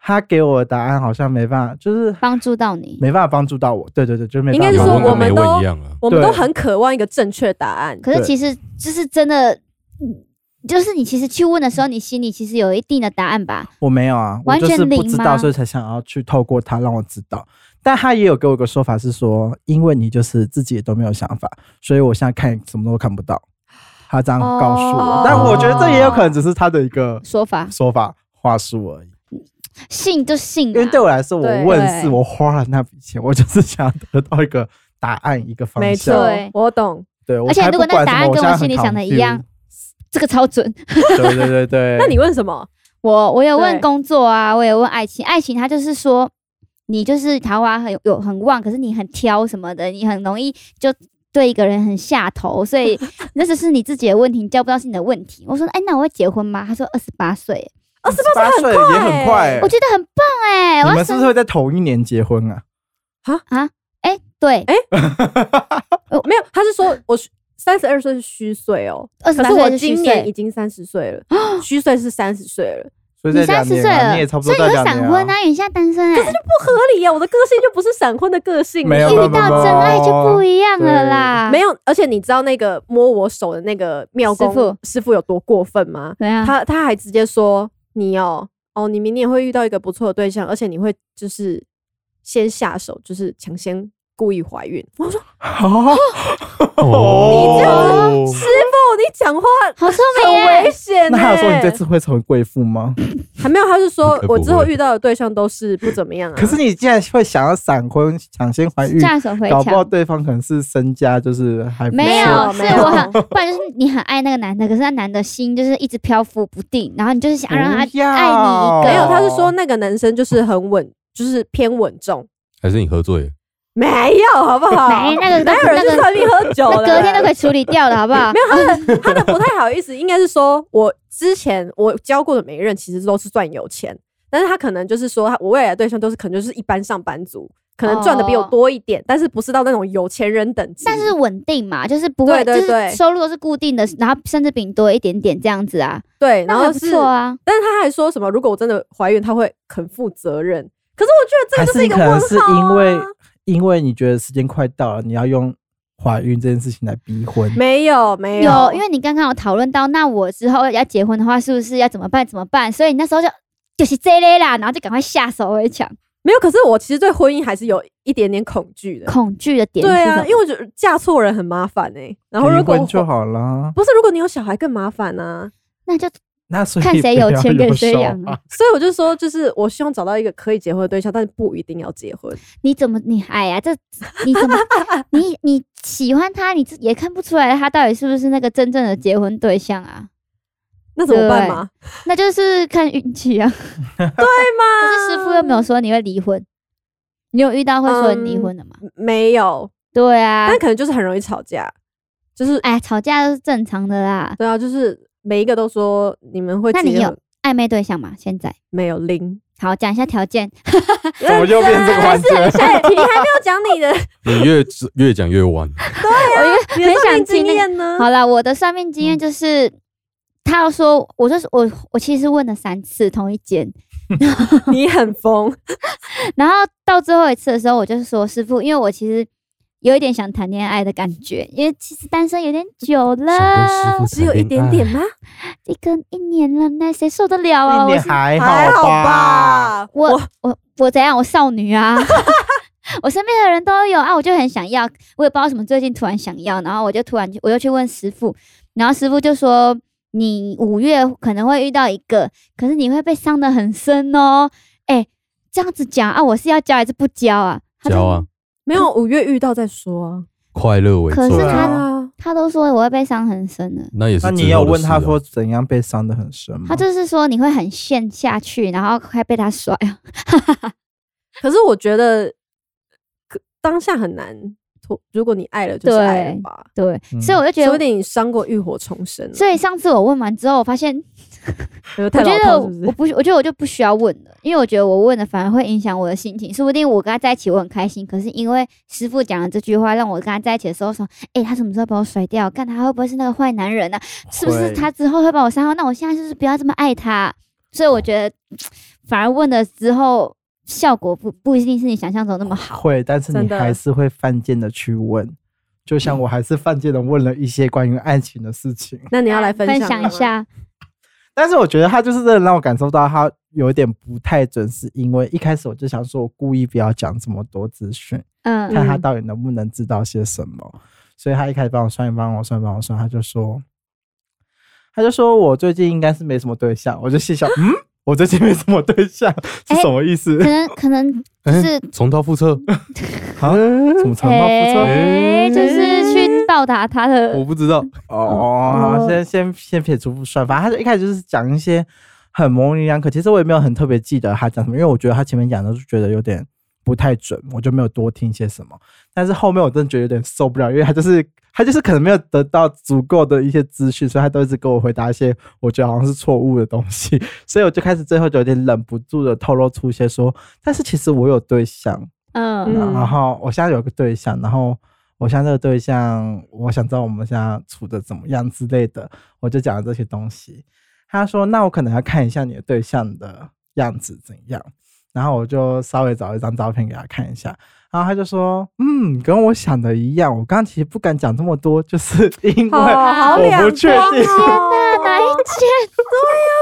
Speaker 2: 他给我的答案好像没办法，就是
Speaker 1: 帮助到你？
Speaker 2: 没办法帮助到我。对对对，就没
Speaker 4: 应
Speaker 2: 办
Speaker 4: 该
Speaker 2: 法
Speaker 4: 是
Speaker 2: 帮
Speaker 4: 说
Speaker 2: 助到
Speaker 3: 有问
Speaker 4: 我
Speaker 2: 我
Speaker 4: 们
Speaker 3: 跟没
Speaker 4: 都
Speaker 3: 问一样啊。
Speaker 4: 我们都
Speaker 2: 对
Speaker 4: 很渴望一个正确答案。
Speaker 1: 可是
Speaker 2: 对
Speaker 1: 其实就是真的，嗯就是你其实去问的时候，你心里其实有一定的答案吧？
Speaker 2: 我没有啊，我
Speaker 1: 完
Speaker 2: 就
Speaker 1: 全
Speaker 2: 是不
Speaker 1: 零
Speaker 2: 知道，
Speaker 1: 吗
Speaker 2: 所以才想要去透过他让我知道。但他也有给我一个说法是说，因为你就是自己也都没有想法，所以我现在看什么都看不到。他这样告诉我，
Speaker 1: 哦啊
Speaker 2: 但我觉得这也有可能只是他的一个
Speaker 1: 说法
Speaker 2: 说法话术而已。
Speaker 1: 信就信、
Speaker 2: 因为对
Speaker 1: 啊，
Speaker 2: 我来说，
Speaker 4: 对
Speaker 2: 我问
Speaker 1: 嗯
Speaker 2: 是
Speaker 1: 对
Speaker 2: 我花了那笔钱，我就是想要得到一个答案，一个方
Speaker 4: 没错
Speaker 2: 向。
Speaker 1: 对，
Speaker 4: 我懂。
Speaker 2: 对，我
Speaker 1: 而且
Speaker 2: 才
Speaker 1: 如果
Speaker 2: 不
Speaker 1: 那
Speaker 2: 管
Speaker 1: 答案
Speaker 2: 什么我
Speaker 1: 跟
Speaker 2: 现
Speaker 1: 我
Speaker 2: 在
Speaker 1: 心
Speaker 2: 很
Speaker 1: 里想的一
Speaker 2: confused
Speaker 1: 样这个超准。
Speaker 2: 对对 对对。
Speaker 4: 那你问什么？
Speaker 1: 我我有问
Speaker 4: 对
Speaker 1: 工作啊，我也问爱情，爱情它就是说，你就是桃花很有有很旺，可是你很挑什么的，你很容易就对一个人很下头，所 以那只是你自己的问题，你交不到是你的问题。我说，哎、那我会结婚吗？他说二十八岁，
Speaker 4: 二
Speaker 2: 十八岁也很快欸
Speaker 1: 我觉得很棒哎、我
Speaker 2: 你
Speaker 1: 要
Speaker 2: 们是不
Speaker 1: 生
Speaker 2: 是会在同一年结婚啊？
Speaker 1: 哎、对，
Speaker 4: 呃没有，他是 说我三十二岁是虚岁哦，
Speaker 1: 二十
Speaker 4: 可
Speaker 1: 八
Speaker 4: 是
Speaker 1: 岁
Speaker 4: 我
Speaker 1: 是虚
Speaker 4: 今年已
Speaker 1: 岁，
Speaker 4: 经三十岁 了，虚岁是三十岁了，
Speaker 2: 所以
Speaker 1: 你
Speaker 2: 在
Speaker 1: 三
Speaker 2: 两
Speaker 1: 十岁
Speaker 2: 年啊，
Speaker 1: 了，
Speaker 2: 你也差不
Speaker 1: 所
Speaker 2: 多
Speaker 1: 以你
Speaker 2: 在
Speaker 1: 会
Speaker 2: 两
Speaker 1: 闪
Speaker 2: 年
Speaker 1: 婚
Speaker 2: 啊。
Speaker 1: 啊，你现在单身哎、
Speaker 4: 不合理啊呀、我的个性就不是闪婚的个性，
Speaker 2: 没有
Speaker 4: 你
Speaker 1: 遇
Speaker 2: 没有
Speaker 1: 到真爱就不一样了啦，
Speaker 4: 没有，而且你知道那个摸我手的那个庙公
Speaker 1: 师傅
Speaker 4: 师傅有啊多过分吗？
Speaker 1: 怎样？
Speaker 4: 他他还直接说你哦哦，你明年会遇到一个不错的对象，而且你会就是先下手，就是抢先故意怀孕。我说
Speaker 2: 哦，
Speaker 3: 哦，
Speaker 4: 师傅，你讲话
Speaker 1: 好聪
Speaker 4: 很
Speaker 1: 明耶、
Speaker 4: 危险、欸。
Speaker 2: 那还有说你这次会成为贵妇吗？
Speaker 1: 嗯
Speaker 4: 还没有？他是说
Speaker 3: 不会
Speaker 4: 我之后遇到的对象都是不怎么样啊。
Speaker 2: 可是你竟然会想要闪婚，抢先怀孕，
Speaker 1: 下手回
Speaker 2: 搞不好
Speaker 1: 墙。
Speaker 2: 对方可能是身家就是还不
Speaker 1: 没
Speaker 2: 错
Speaker 1: 有，是
Speaker 4: 没有
Speaker 1: 我 很，不然就是你很爱那个男的，可是那男的心就是一直漂浮不定，然后你就是想让他
Speaker 4: 嗯
Speaker 1: 爱你
Speaker 2: 不要
Speaker 1: 一个，
Speaker 4: 没有，他是说那个男生就是很稳，就是偏稳重。
Speaker 3: 还是你喝醉了？
Speaker 4: 没有，好不好？
Speaker 1: 没那个
Speaker 4: 哪有人
Speaker 1: 那
Speaker 4: 去
Speaker 1: 个
Speaker 4: 算命喝酒
Speaker 1: 那
Speaker 4: 的？
Speaker 1: 隔天都可以处理掉了，好不好
Speaker 4: 没？有他的他的不太好意思，应该是说我之前我教过的每一任其实都是赚有钱，但是他可能就是说他我未来的对象都是可能就是一般上班族，可能赚的比我
Speaker 1: 哦
Speaker 4: 多一点，但是不是到那种有钱人等级。
Speaker 1: 但是稳定嘛，就是不会，
Speaker 4: 对对
Speaker 1: 就
Speaker 4: 对
Speaker 1: 是收入都是固定的，然后甚至比你多一点点这样子啊，
Speaker 4: 对，然
Speaker 1: 那还
Speaker 4: 后
Speaker 1: 不
Speaker 4: 是，
Speaker 1: 错啊。
Speaker 4: 但是他还说什么如果我真的怀孕，他会很负责任。可是我觉
Speaker 2: 还
Speaker 4: 得这个就是
Speaker 2: 你
Speaker 4: 一个
Speaker 2: 可
Speaker 4: 问号、
Speaker 2: 能
Speaker 4: 啊、
Speaker 2: 是因为因为你觉得时间快到了，你要用怀孕这件事情来逼婚。
Speaker 4: 没有没
Speaker 1: 有，因为你刚刚有讨论到，那我之后要结婚的话，是不是要怎么办？怎么办？所以你那时候就就是这类啦，然后就赶快下手为强。
Speaker 4: 没有，可是我其实对婚姻还是有一点点恐惧的。
Speaker 1: 恐惧的点是
Speaker 4: 对
Speaker 1: 什
Speaker 4: 啊，
Speaker 1: 么？
Speaker 4: 因为我觉得嫁错人很麻烦哎、然后
Speaker 2: 离
Speaker 4: 如果
Speaker 2: 婚就好啦。
Speaker 4: 不是，如果你有小孩更麻烦啊。
Speaker 1: 那就
Speaker 2: 那所以
Speaker 1: 看谁
Speaker 2: 不
Speaker 1: 有
Speaker 2: 要
Speaker 1: 钱给谁
Speaker 2: 手
Speaker 1: 养
Speaker 2: 啊
Speaker 1: 啊
Speaker 4: 所以我就说，就是我希望找到一个可以结婚的对象，但是不一定要结婚。
Speaker 1: 你怎么你哎呀，这你怎么你你喜欢他，你自也看不出来他到底是不是那个真正的结婚对象啊？
Speaker 4: 那怎么办嘛？
Speaker 1: 那就是看运气啊。
Speaker 4: 对吗？
Speaker 1: 可是师傅又没有说你会离婚，你有遇到会说你离婚的吗？
Speaker 4: 没有，
Speaker 1: 对啊
Speaker 4: 嗯但，可能就是很容易吵架，就是
Speaker 1: 哎，吵架都是正常的啦。
Speaker 4: 对啊，就是每一个都说你们会
Speaker 1: 那你
Speaker 4: 结婚
Speaker 1: 有暧昧对象吗？现在
Speaker 4: 没有哎零？
Speaker 1: 好讲一下条件，
Speaker 4: 怎
Speaker 2: 么又变这个环节
Speaker 4: 下一题还没有啊讲 你的，
Speaker 3: 你越越讲越晚，
Speaker 1: 很
Speaker 4: 你的生
Speaker 1: 想听
Speaker 4: 命经
Speaker 1: 那个
Speaker 4: 验呢？
Speaker 1: 好了，我的算命经验就是，他要说，我就是我，我其实问了三次同一间，
Speaker 4: 你很疯，
Speaker 1: 然后到最后一次的时候，我就是说师傅，因为我其实有一点想谈恋爱的感觉，因为其实单身有点久
Speaker 3: 想
Speaker 1: 了
Speaker 3: 跟，师
Speaker 4: 只有一点点吗？
Speaker 1: 一个一年了，那谁受得了啊？
Speaker 2: 一
Speaker 1: 我
Speaker 2: 年
Speaker 1: 是
Speaker 2: 还
Speaker 4: 还好
Speaker 2: 哎吧？
Speaker 4: 吧？
Speaker 1: 我我我怎样？我少女啊！ 我身边的人都有啊，我就很想要，我也不知道为什么最近突然想要，然后我就突然我就去问师傅，然后师傅就说你五月可能会遇到一个，可是你会被伤得很深哦。哎，这样子讲啊，我是要交还是不交啊？他就
Speaker 3: 交啊，，
Speaker 4: 没有五月遇到再说啊。
Speaker 3: 快乐为
Speaker 1: 可
Speaker 3: 重
Speaker 1: 是
Speaker 2: 对。
Speaker 1: 他
Speaker 2: 啊
Speaker 4: 啊，
Speaker 1: 他都说我会被伤很深了。
Speaker 3: 那也是
Speaker 2: 那你
Speaker 3: 之
Speaker 2: 有
Speaker 3: 后的
Speaker 2: 问
Speaker 3: 事
Speaker 2: 他
Speaker 3: 啊
Speaker 2: 说怎样被伤得很深吗？
Speaker 1: 他就是说你会很陷下去，然后快被他甩啊。
Speaker 4: 可是我觉得可当下很难脱，如果你爱了就是爱了
Speaker 1: 对
Speaker 4: 吧。
Speaker 1: 对，
Speaker 2: 嗯
Speaker 1: 所以我就觉
Speaker 4: 说不
Speaker 1: 得，
Speaker 4: 定你伤过浴火重生了，
Speaker 1: 所以上次我问完之后，我发现
Speaker 4: 有
Speaker 1: 我
Speaker 4: 太
Speaker 1: 觉
Speaker 4: 老
Speaker 1: 得
Speaker 4: 套是不
Speaker 1: 我
Speaker 4: 是？
Speaker 1: 不，我觉得我就不需要问了，因为我觉得我问了反而会影响我的心情。说不定我跟他在一起我很开心，可是因为师傅讲了这句话，让我跟他在一起的时候说，哎、他什么时候把我甩掉？看他会不会是那个坏男人呢、是不是
Speaker 2: 会
Speaker 1: 他之后会把我伤害？那我现在是不是不要这么爱他？所以我觉得，反而问了之后，效果不不一定是你想象中那么好。
Speaker 2: 会，但是你
Speaker 4: 真的嗯
Speaker 2: 还是会犯贱的去问，就像我还是犯贱的问了一些关于爱情的事情。
Speaker 4: 那你要来分
Speaker 1: 啊分
Speaker 4: 享
Speaker 1: 享一
Speaker 4: 吗，
Speaker 1: 下，
Speaker 2: 但是我觉得他就是真的让我感受到他有一点不太准，是因为一开始我就想说，我故意不要讲这么多资讯，
Speaker 1: 嗯，
Speaker 2: 看他
Speaker 4: 嗯
Speaker 2: 到底能不能知道些什么。所以他一开始帮我算，帮我算，帮我算，他就说，他就说我最近应该是没什么对象，我就心想，嗯，我最近没什么对象是
Speaker 1: 哎
Speaker 2: 什么意思？
Speaker 1: 可能可能就是
Speaker 3: 重蹈覆辙，
Speaker 2: 啊，什哎么长道不
Speaker 1: 嗯
Speaker 2: 错？嗯
Speaker 1: 哎就是去嗯报答他的
Speaker 3: 我不知道。
Speaker 2: 哦，好先先先撇除不算，反正他就一开始就是讲一些很模棱两可。其实我也没有很特别记得他讲什么，因为我觉得他前面讲的就觉得有点不太准，我就没有多听些什么。但是后面我真的觉得有点受不了，因为他就是 他就是可能没有得到足够的一些资讯，所以他都一直给我回答一些我觉得好像是错误的东西，所以我就开始最后就有点忍不住的透露出一些说，但是其实我有对象。
Speaker 1: 嗯
Speaker 4: 嗯
Speaker 2: 然后我现在有个对象，然后我现在这个对象，我想知道我们现在处的怎么样之类的，我就讲了这些东西。他说：“那我可能要看一下你的对象的样子怎样。”然后我就稍微找一张照片给他看一下，然后他就说：“嗯，跟我想的一样。我刚刚其实不敢讲这么多，就是 因为
Speaker 4: 哦，好
Speaker 2: 我不
Speaker 4: 两
Speaker 2: 确
Speaker 4: 光
Speaker 2: 定
Speaker 4: 哦
Speaker 1: 哪一 间？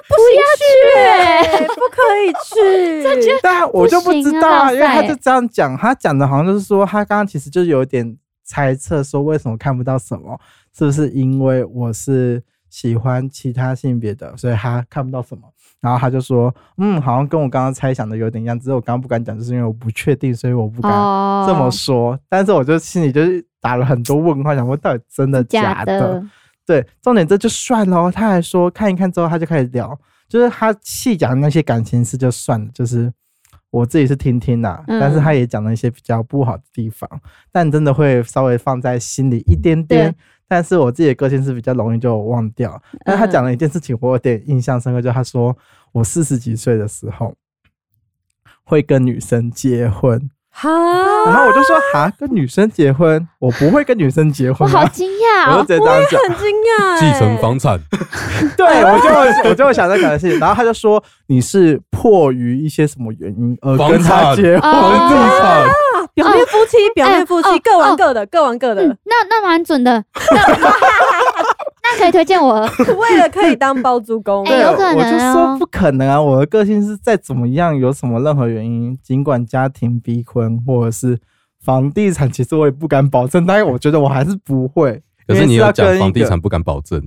Speaker 4: 不
Speaker 1: 要
Speaker 4: 行去，不可以 去，这就
Speaker 2: 但我就不知道啊，
Speaker 1: 不行啊
Speaker 2: 因为他
Speaker 1: 哇塞
Speaker 2: 就这样讲，他讲的好像就是说，他刚刚其实就有点猜测说为什么看不到什么，是不是因为我是喜欢其他性别的，所以他看不到什么。然后他就说，嗯，好像跟我刚刚猜想的有点一样，只是我刚刚不敢讲，就是因为我不确定，所以我不敢
Speaker 1: 哦
Speaker 2: 这么说。但是我就心里就是打了很多问号，想说到底真的假
Speaker 1: 假
Speaker 2: 的
Speaker 1: 的，
Speaker 2: 对，重点这就算了哦。他还说看一看之后，他就开始聊，就是他细讲的那些感情事就算了，就是我自己是听听啦、
Speaker 1: 嗯
Speaker 2: 但是他也讲了一些比较不好的地方，但真的会稍微放在心里一点点
Speaker 1: 对。嗯
Speaker 2: 但是我自己的个性是比较容易就忘掉，但他讲了一件事情，我有点印象深刻，就他说我四十几岁的时候会跟女生结婚，然
Speaker 4: 哈，
Speaker 2: 后我就说哈，跟女生结婚，我不会跟女生结
Speaker 1: 啊我
Speaker 2: 婚、
Speaker 1: 好
Speaker 2: 啊，
Speaker 1: 惊 讶
Speaker 2: 我就
Speaker 1: 哦
Speaker 2: 直接这样讲。
Speaker 4: 很惊讶 欸，
Speaker 3: 继承房产，
Speaker 2: 对，
Speaker 1: 哎
Speaker 2: 我就我就想在讲的事情，然后他就说你是迫于一些什么原因而
Speaker 3: 房
Speaker 2: 跟他
Speaker 3: 产
Speaker 2: 结婚，
Speaker 1: 哦
Speaker 3: 房地产，
Speaker 4: 啊表面夫妻，表面夫
Speaker 1: 哎
Speaker 4: 妻
Speaker 1: 哦
Speaker 4: 各玩各的，各玩各的
Speaker 1: 嗯，，那那蛮准 的。那那可以推荐我？
Speaker 4: 为了可以当包租 公，
Speaker 1: 哎有可能
Speaker 2: 我就
Speaker 1: 哦
Speaker 2: 说不可能啊！我的个性是再怎么样，有什么任何原因，尽管家庭逼婚或者是房地产，其实我也不敢保证，但是我觉得我还是不会。
Speaker 3: 可是你
Speaker 2: 因为
Speaker 3: 有
Speaker 2: 要跟
Speaker 3: 讲
Speaker 2: 一
Speaker 3: 房地
Speaker 2: 个
Speaker 3: 产不敢保证，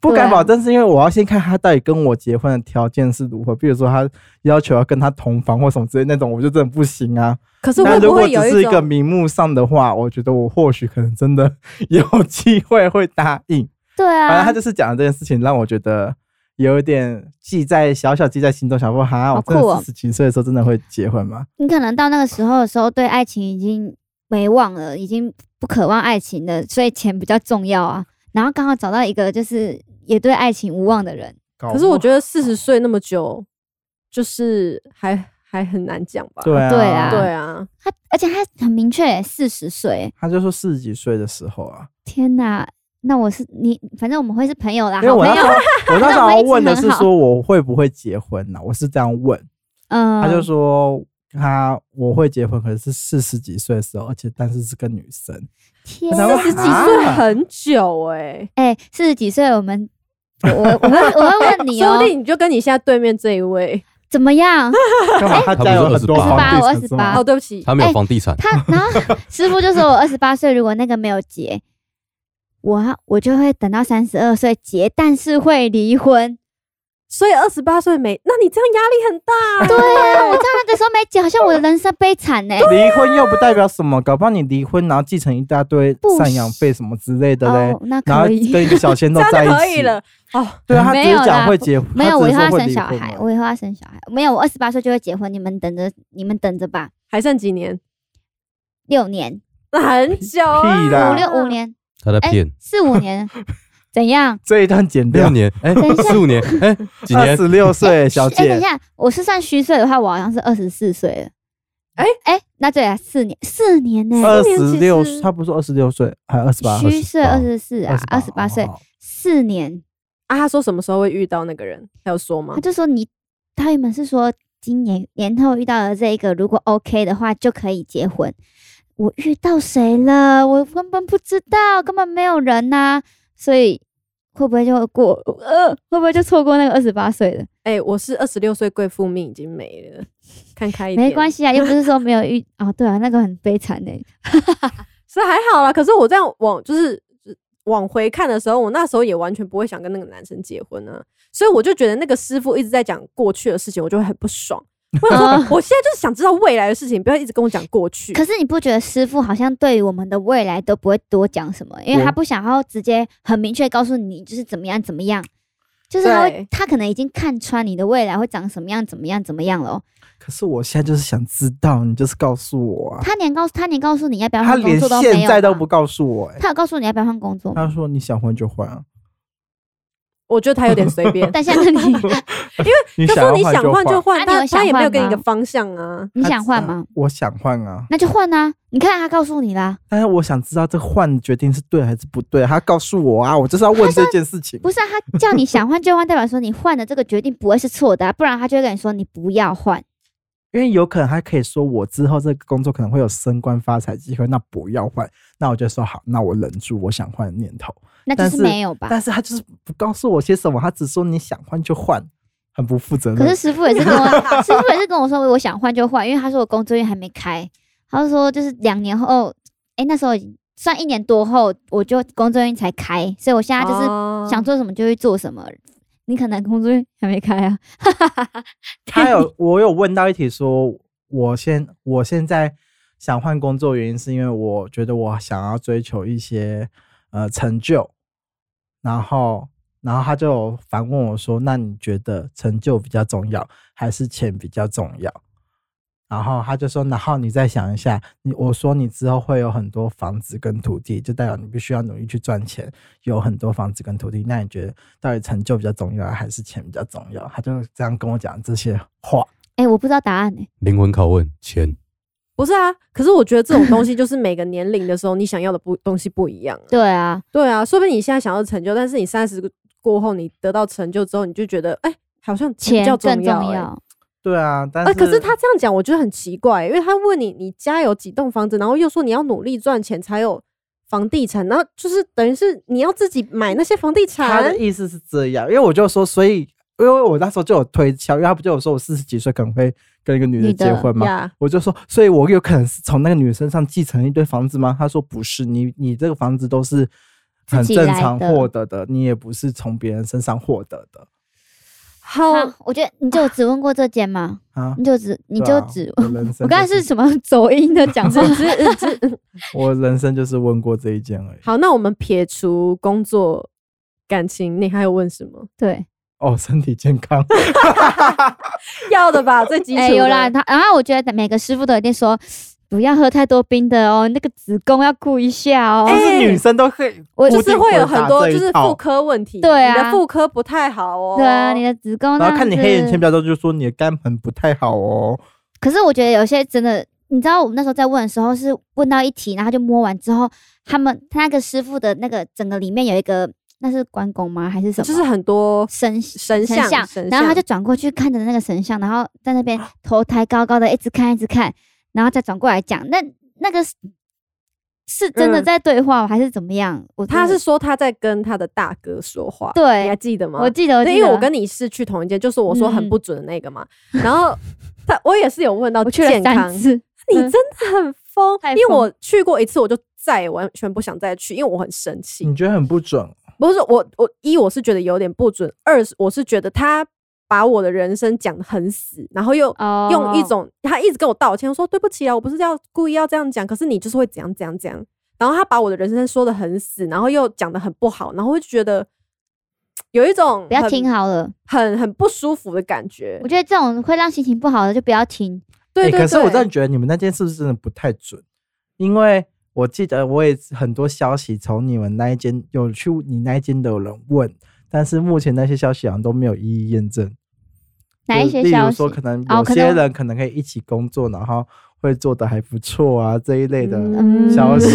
Speaker 2: 不
Speaker 1: 对
Speaker 2: 敢
Speaker 1: 啊
Speaker 2: 保证，是因为我要先看他到底跟我结婚的条件是如何，比如说他要求要跟他同房或什么之类那种，我就真的不行啊。
Speaker 4: 可是
Speaker 2: 那
Speaker 4: 会
Speaker 2: 如
Speaker 4: 不
Speaker 2: 果
Speaker 4: 会
Speaker 2: 只
Speaker 4: 有
Speaker 2: 是一个
Speaker 4: 种
Speaker 2: 名目上的话，我觉得我或许可能真的有机会会答应。
Speaker 1: 对
Speaker 2: 反正他
Speaker 1: 啊，
Speaker 2: 就是讲的这件事情，让我觉得有一点记在小小记在心中，想说哈，我
Speaker 1: 好
Speaker 2: 真
Speaker 1: 酷哦
Speaker 2: 的四十几岁的时候真的会结婚吗？
Speaker 1: 你可能到那个时候的时候，对爱情已经没望了，已经不渴望爱情了，所以钱比较重要啊。然后刚好找到一个就是也对爱情无望的人，
Speaker 2: 可
Speaker 4: 可是我觉得四十岁那么久，就是还还很难讲吧？
Speaker 2: 对啊，
Speaker 1: 对啊
Speaker 4: 对啊，
Speaker 1: 他而且他很明确，四十岁，
Speaker 2: 他就说四十几岁的时候啊，
Speaker 1: 天哪！那我是你，反正我们会是朋友啦，
Speaker 2: 因为
Speaker 1: 啊好
Speaker 2: 我
Speaker 1: 朋
Speaker 2: 那时
Speaker 1: 友那
Speaker 2: 候。 我那时候
Speaker 1: 我们一直
Speaker 2: 问的是
Speaker 1: 很好
Speaker 2: 说我会不会结婚啊呢、我是这样问，
Speaker 1: 嗯，
Speaker 2: 他就说他我会结婚，可是是四十几岁的时候，而且但是是跟女生。
Speaker 1: 天
Speaker 2: 然
Speaker 1: 哪
Speaker 2: 后
Speaker 4: 四十几岁很久哎，
Speaker 1: 哎，四十几岁，我们我我我会我会问你
Speaker 4: 说
Speaker 1: 哦
Speaker 4: 不，定你就跟你现在对面这一位
Speaker 1: 怎么样？
Speaker 2: 干嘛？他
Speaker 3: 他不
Speaker 2: 家
Speaker 3: 是
Speaker 2: 有很多
Speaker 3: 28
Speaker 2: 房地
Speaker 1: 我
Speaker 2: 产是吗
Speaker 1: 啊
Speaker 4: 哦，对不起，
Speaker 3: 他没有房地产，
Speaker 1: 他然后师傅就说我二十八岁，如果那个没有结，我啊我就会等到三十二岁结，但是会离婚。
Speaker 4: 所以二十八岁没，那你这样压力很大。
Speaker 1: 对啊，我知道那个时候没结，好像我的人生悲惨呢、
Speaker 2: 离婚又不代表什么，搞不好你离婚然后继承一大堆
Speaker 1: 不
Speaker 2: 赡养费什么之类的嘞
Speaker 1: 哦，，那
Speaker 2: 然后
Speaker 1: 可以。
Speaker 2: 跟一个小鲜肉
Speaker 4: 这
Speaker 2: 在
Speaker 4: 样就可
Speaker 2: 一
Speaker 4: 以
Speaker 2: 起。
Speaker 4: 了哦，
Speaker 2: 对啊，他只
Speaker 1: 没有啦
Speaker 2: 是讲会结婚，
Speaker 1: 没有，
Speaker 2: 他
Speaker 1: 我
Speaker 2: 只
Speaker 1: 以
Speaker 2: 是
Speaker 1: 后
Speaker 2: 说
Speaker 1: 要
Speaker 2: 会
Speaker 1: 生
Speaker 2: 离
Speaker 1: 小
Speaker 2: 婚
Speaker 1: 孩，哦
Speaker 2: 嘛。
Speaker 1: 我以后要生小孩。没有，我二十八岁就会结婚，你们等着，你们等着吧，
Speaker 4: 还剩几年？
Speaker 1: 六年、
Speaker 4: 那很久啊
Speaker 2: 屁啦
Speaker 1: 五六五，年，
Speaker 3: 他在
Speaker 1: 哎
Speaker 3: 骗。
Speaker 1: 四五 年，怎样？
Speaker 2: 这一段剪
Speaker 3: 六
Speaker 2: 掉，
Speaker 3: 年，哎
Speaker 1: 等一，下
Speaker 3: 四五年，哎，几
Speaker 2: 二
Speaker 3: 年？
Speaker 2: 十六岁小
Speaker 1: 哎、等一
Speaker 2: 姐，
Speaker 1: 下，我是算虚岁的话，我好像是二十四岁了。
Speaker 4: 哎
Speaker 1: 哎、那对啊，四年，四年呢、
Speaker 2: 二
Speaker 4: 四年
Speaker 2: 十
Speaker 4: 其
Speaker 2: 六，
Speaker 4: 实
Speaker 2: 他不是二十六岁，还二十八，
Speaker 1: 虚岁
Speaker 3: 28
Speaker 1: 二十四啊，二十八岁，
Speaker 2: 哦
Speaker 1: 四年。
Speaker 4: 啊，他说什么时候会遇到那个人？他有说吗
Speaker 1: 他？就说你，他原本是说今年年后遇到的这一个，如果 OK 的话就可以结婚。我遇到谁了？我根本不知道，根本没有人呐、所以会不会就过呃，会不会就错过那个二十八岁的？
Speaker 4: 哎，我是二十六岁贵妇命已经没了，看开一点。
Speaker 1: 没关系啊，又不是说没有遇哦，对啊，那个很悲惨呢、
Speaker 4: 是还好啦。可是我这样往就是就是往回看的时候，我那时候也完全不会想跟那个男生结婚啊，所以我就觉得那个师傅一直在讲过去的事情，我就会很不爽。我想
Speaker 1: 啊
Speaker 4: 说，我现在就是想知道未来的事情，不要一直跟我讲过去。
Speaker 1: 可是你不觉得师傅好像对于我们的未来都不会多讲什么？因为他不想要直接很明确告诉你就是怎么样怎么样，就是他
Speaker 4: 对
Speaker 1: 会他可能已经看穿你的未来会长什么样怎么样怎么样了哦。
Speaker 2: 可是我现在就是想知道，你就是告诉我啊，
Speaker 1: 他连告诉他连告诉你要不要
Speaker 2: 他
Speaker 1: 换工
Speaker 2: 连
Speaker 1: 作都没有吧，
Speaker 2: 现在都不告诉我，哎，
Speaker 1: 他有告诉你要不要换工 作吗？，
Speaker 2: 他说你想换就换啊，
Speaker 4: 我觉得他有点随便
Speaker 1: 但现在你
Speaker 2: 你
Speaker 4: 就说你
Speaker 2: 想
Speaker 4: 想
Speaker 2: 要换
Speaker 4: 换就
Speaker 1: 啊
Speaker 2: 换，
Speaker 4: 换，
Speaker 1: 你有
Speaker 4: 但他也
Speaker 1: 想
Speaker 4: 没有
Speaker 1: 换
Speaker 4: 给你一个
Speaker 1: 吗
Speaker 4: 方向啊。
Speaker 1: 你想换吗
Speaker 2: 嗯？我想换啊，
Speaker 1: 那就换啊！你看他告诉你啦，
Speaker 2: 但是我想知道这个换决定是对还是不对，他告诉我啊，我就是要问这件事情。
Speaker 1: 不是啊，他叫你想换就换，代表说你换的这个决定不会是错的啊、不然他就会跟你说你不要换。
Speaker 2: 因为有可能他可以说我之后这个工作可能会有升官发财机会，那不要换。那我就说好，那我忍住我想换的念头。
Speaker 1: 那就
Speaker 2: 但
Speaker 1: 是
Speaker 2: 是
Speaker 1: 没有吧？
Speaker 2: 但是他就是不告诉我些什么，他只说你想换就换，很不负责任。
Speaker 1: 可是师傅也是跟我，师傅也是跟我说，我想换就换，因为他说我工作运还没开，他就说就是两年后，哎、那时候已经算一年多后，我就工作运才开，所以我现在就是
Speaker 4: 是
Speaker 1: 想做什么就去做什么。你可能工作运还没开啊，
Speaker 2: 他有我有问到一题说，我现我现在想换工作，原因是因为我觉得我想要追求一些呃成就，然后然后他就有反问我说，那你觉得成就比较重要，还是钱比较重要？然后他就说，然后你再想一下，你我说你之后会有很多房子跟土地，就代表你必须要努力去赚钱，有很多房子跟土地，那你觉得到底成就比较重要，还是钱比较重要？他就这样跟我讲这些话。
Speaker 1: 哎、我不知道答案呢、
Speaker 3: 灵魂拷问，钱
Speaker 4: 不是啊？可是我觉得这种东西就是每个年龄的时候，你想要的不东西不一样啊。
Speaker 1: 对啊，
Speaker 4: 对啊，说不定你现在想要成就，但是你三十过后，你得到成就之后，你就觉得，哎、好像
Speaker 1: 钱
Speaker 4: 钱比较
Speaker 1: 更重
Speaker 4: 要、哎
Speaker 1: 要。
Speaker 2: 对啊，但是、
Speaker 4: 呃，可是他这样讲，我觉得很奇怪，因为他问你你家有几栋房子，然后又说你要努力赚钱才有房地产，然后就是等于是你要自己买那些房地
Speaker 2: 他
Speaker 4: 产
Speaker 2: 的。意思是这样，因为我就说，所以因为我那时候就有推敲，因为他不就有说我四十几岁可能会跟一个女的
Speaker 1: 女的
Speaker 2: 结婚吗？
Speaker 4: 呀，
Speaker 2: 我就说，所以我有可能是从那个女身上继承一堆房子吗？他说不是，你你这个房子都是很
Speaker 1: 自己
Speaker 2: 正
Speaker 1: 来
Speaker 2: 常
Speaker 1: 的
Speaker 2: 获得的，你也不是从别人身上获得的
Speaker 4: 好，
Speaker 1: 啊我觉得你就只问过这间吗？
Speaker 2: 啊。
Speaker 1: 你就只你
Speaker 2: 对
Speaker 1: 就
Speaker 2: 啊
Speaker 1: 只，
Speaker 2: 我人
Speaker 1: 嗯
Speaker 2: 生
Speaker 1: 我刚才
Speaker 2: 就是
Speaker 1: 什么走音的讲话？
Speaker 2: 我人生就是问过这一件而已。
Speaker 4: 好，那我们撇除工作、感情，你还有问什么？
Speaker 1: 对，
Speaker 2: 哦，身体健 康。
Speaker 4: 要的吧，最基础、
Speaker 1: 哎、有 啦，，他然后我觉得每个师傅都一定说。 不要喝太多冰的哦，那个子宫要顾一下哦。
Speaker 4: 哎
Speaker 2: 就是女生都可以，
Speaker 1: 我
Speaker 4: 就
Speaker 2: 固
Speaker 4: 是
Speaker 2: 定
Speaker 4: 会有
Speaker 2: 回答
Speaker 4: 很多
Speaker 2: 这一
Speaker 4: 就是
Speaker 2: 套
Speaker 4: 妇科问题，
Speaker 1: 对
Speaker 4: 你
Speaker 1: 啊
Speaker 4: 的妇科不太好哦。
Speaker 1: 对啊，你的子宫。
Speaker 2: 然后看你黑眼圈比，较多，就说你的肝盆不太好哦。
Speaker 1: 可是我觉得有些真的，你知道我们那时候在问的时候是问到一题，然后就摸完之后，他们他那个师傅的那个整个里面有一个，那是关公吗还是什么？
Speaker 4: 就是很多
Speaker 1: 神
Speaker 4: 神像
Speaker 1: 神像，
Speaker 4: 神
Speaker 1: 然后他
Speaker 4: 像
Speaker 1: 就转过去看着那个神像，然后在那边头抬高高的，一直看一直看，然后再转过来讲，那那个是是真的
Speaker 4: 嗯
Speaker 1: 在对话吗、还是怎么样？我真
Speaker 4: 他
Speaker 1: 的
Speaker 4: 是说他在跟他的大哥说话，你还
Speaker 1: 对，
Speaker 4: 记得吗？
Speaker 1: 我记得，
Speaker 4: 对，
Speaker 1: 记
Speaker 4: 因为我
Speaker 1: 得
Speaker 4: 跟你是去同一间，就是我说很
Speaker 1: 嗯
Speaker 4: 不准的那个嘛。然后他我也是有问到
Speaker 1: 我去了
Speaker 4: 健康
Speaker 1: 三，次，嗯
Speaker 4: 你真的很疯，
Speaker 1: 太
Speaker 4: 因为
Speaker 1: 疯
Speaker 4: 我去过一次，我就再也完全不想再去，因为我很生气。
Speaker 1: 嗯
Speaker 2: 你觉得很不准，
Speaker 4: 不是我我一我是觉得有点不准，二是我是觉得他把我的人生讲得很死，然后又
Speaker 1: 哦
Speaker 4: 用一种他一直跟我道歉，说对不起啊，我不是要故意要这样讲，可是你就是会怎样怎样怎样。然后他把我的人生说的很死，然后又讲的很不好，然后我就觉得嘖有一种
Speaker 1: 不要
Speaker 4: 很
Speaker 1: 听啊好了。
Speaker 4: 很很不舒服的感觉
Speaker 1: 我。觉得这种会让心情不好的就不要听。
Speaker 4: 对
Speaker 2: 欸
Speaker 4: 对对，
Speaker 2: 可是我真的觉得你们那件事真的不太准，因为我记得我也很多消息从你们那一间有去你那一间的有人问，但是目前那些消息好像都没有一一验证。
Speaker 1: 哪一
Speaker 2: 就
Speaker 1: 些
Speaker 2: 例
Speaker 1: 消
Speaker 2: 如
Speaker 1: 息
Speaker 2: 说，？可能
Speaker 1: 哦
Speaker 2: 有
Speaker 1: 可
Speaker 2: 些
Speaker 1: 能
Speaker 2: 人可能可以一起工作，然后会做的还不错啊这一类的
Speaker 4: 嗯
Speaker 2: 消息。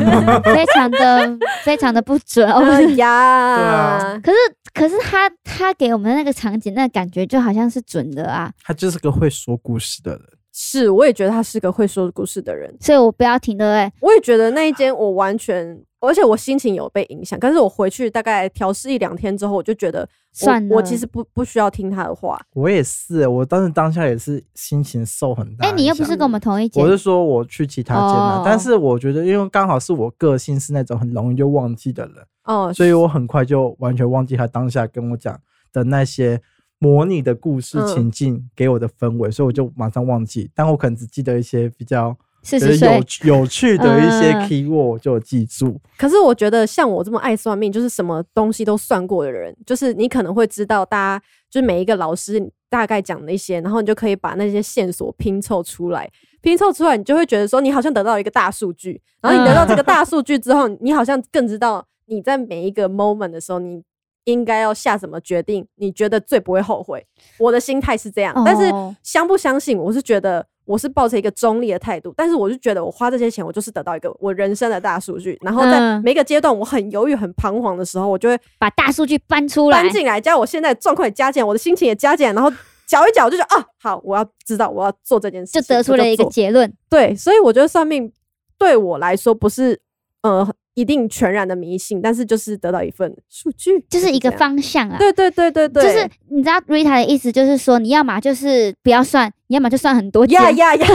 Speaker 1: 非常的非常的不 准哦。
Speaker 4: 哎
Speaker 1: 不是
Speaker 4: 呀，
Speaker 2: 对啊
Speaker 1: 可是可是他他给我们的那个场景，那个感觉就好像是准的啊，
Speaker 2: 他就是个会说故事的人。
Speaker 4: 是我也觉得他是个会说故事的人，
Speaker 1: 所以我不要听，对不对？
Speaker 4: 我也觉得那一间我完全，而且我心情有被影响。但是我回去大概调试一两天之后，我就觉得我
Speaker 1: 算了
Speaker 4: 我其实不不需要听他的话。
Speaker 2: 我也是，我当时当下也是心情受很大。
Speaker 1: 哎，你又不是跟我们同一间
Speaker 2: 我，是说我去其他间了、
Speaker 1: 哦
Speaker 2: 但是我觉得，因为刚好是我个性是那种很容易就忘记的人，
Speaker 4: 哦、
Speaker 2: 所以我很快就完全忘记他当下跟我讲的那些模拟的故事
Speaker 4: 嗯
Speaker 2: 情境给我的氛围，所以我就马上忘记。但我可能只记得一些比较
Speaker 1: 四
Speaker 2: 觉得
Speaker 1: 十
Speaker 2: 有
Speaker 1: 岁，
Speaker 2: 趣有趣的一些
Speaker 1: 嗯
Speaker 2: key word，我就有记住。
Speaker 4: 可是我觉得像我这么爱算命，就是什么东西都算过的人，就是你可能会知道大家就是每一个老师大概讲的一些，然后你就可以把那些线索拼凑出来。拼凑出来，你就会觉得说你好像得到一个大数据，然后你得到这个大数据之后，你好像更知道你在每一个 moment 的时候，你应该要下什么决定，你觉得最不会后悔。我的心态是这样，但是
Speaker 1: 哦
Speaker 4: 相不相信，我是觉得我是抱着一个中立的态度，但是我就觉得我花这些钱，我就是得到一个我人生的大数据。然后在
Speaker 1: 嗯
Speaker 4: 每一个阶段，我很犹豫、很彷徨的时候，我就会
Speaker 1: 把大数据搬出来
Speaker 4: 搬，进来，加我现在的状况也加减，我的心情也加减，然后搅一搅，我就觉得啊，好，我要知道我要做这件事
Speaker 1: 就
Speaker 4: 情，
Speaker 1: 得出
Speaker 4: 我
Speaker 1: 了一个
Speaker 4: 做
Speaker 1: 结论。
Speaker 4: 对，所以我觉得算命对我来说不是呃一定全然的迷信，但是就是得到一份数据，
Speaker 1: 就是一个
Speaker 4: 这样。
Speaker 1: 方向啊，
Speaker 4: 对对对对对，
Speaker 1: 就是你知道 Rita 的意思，就是说你要么就是不要算，你要么就算很 多钱。
Speaker 4: 呀呀 呀，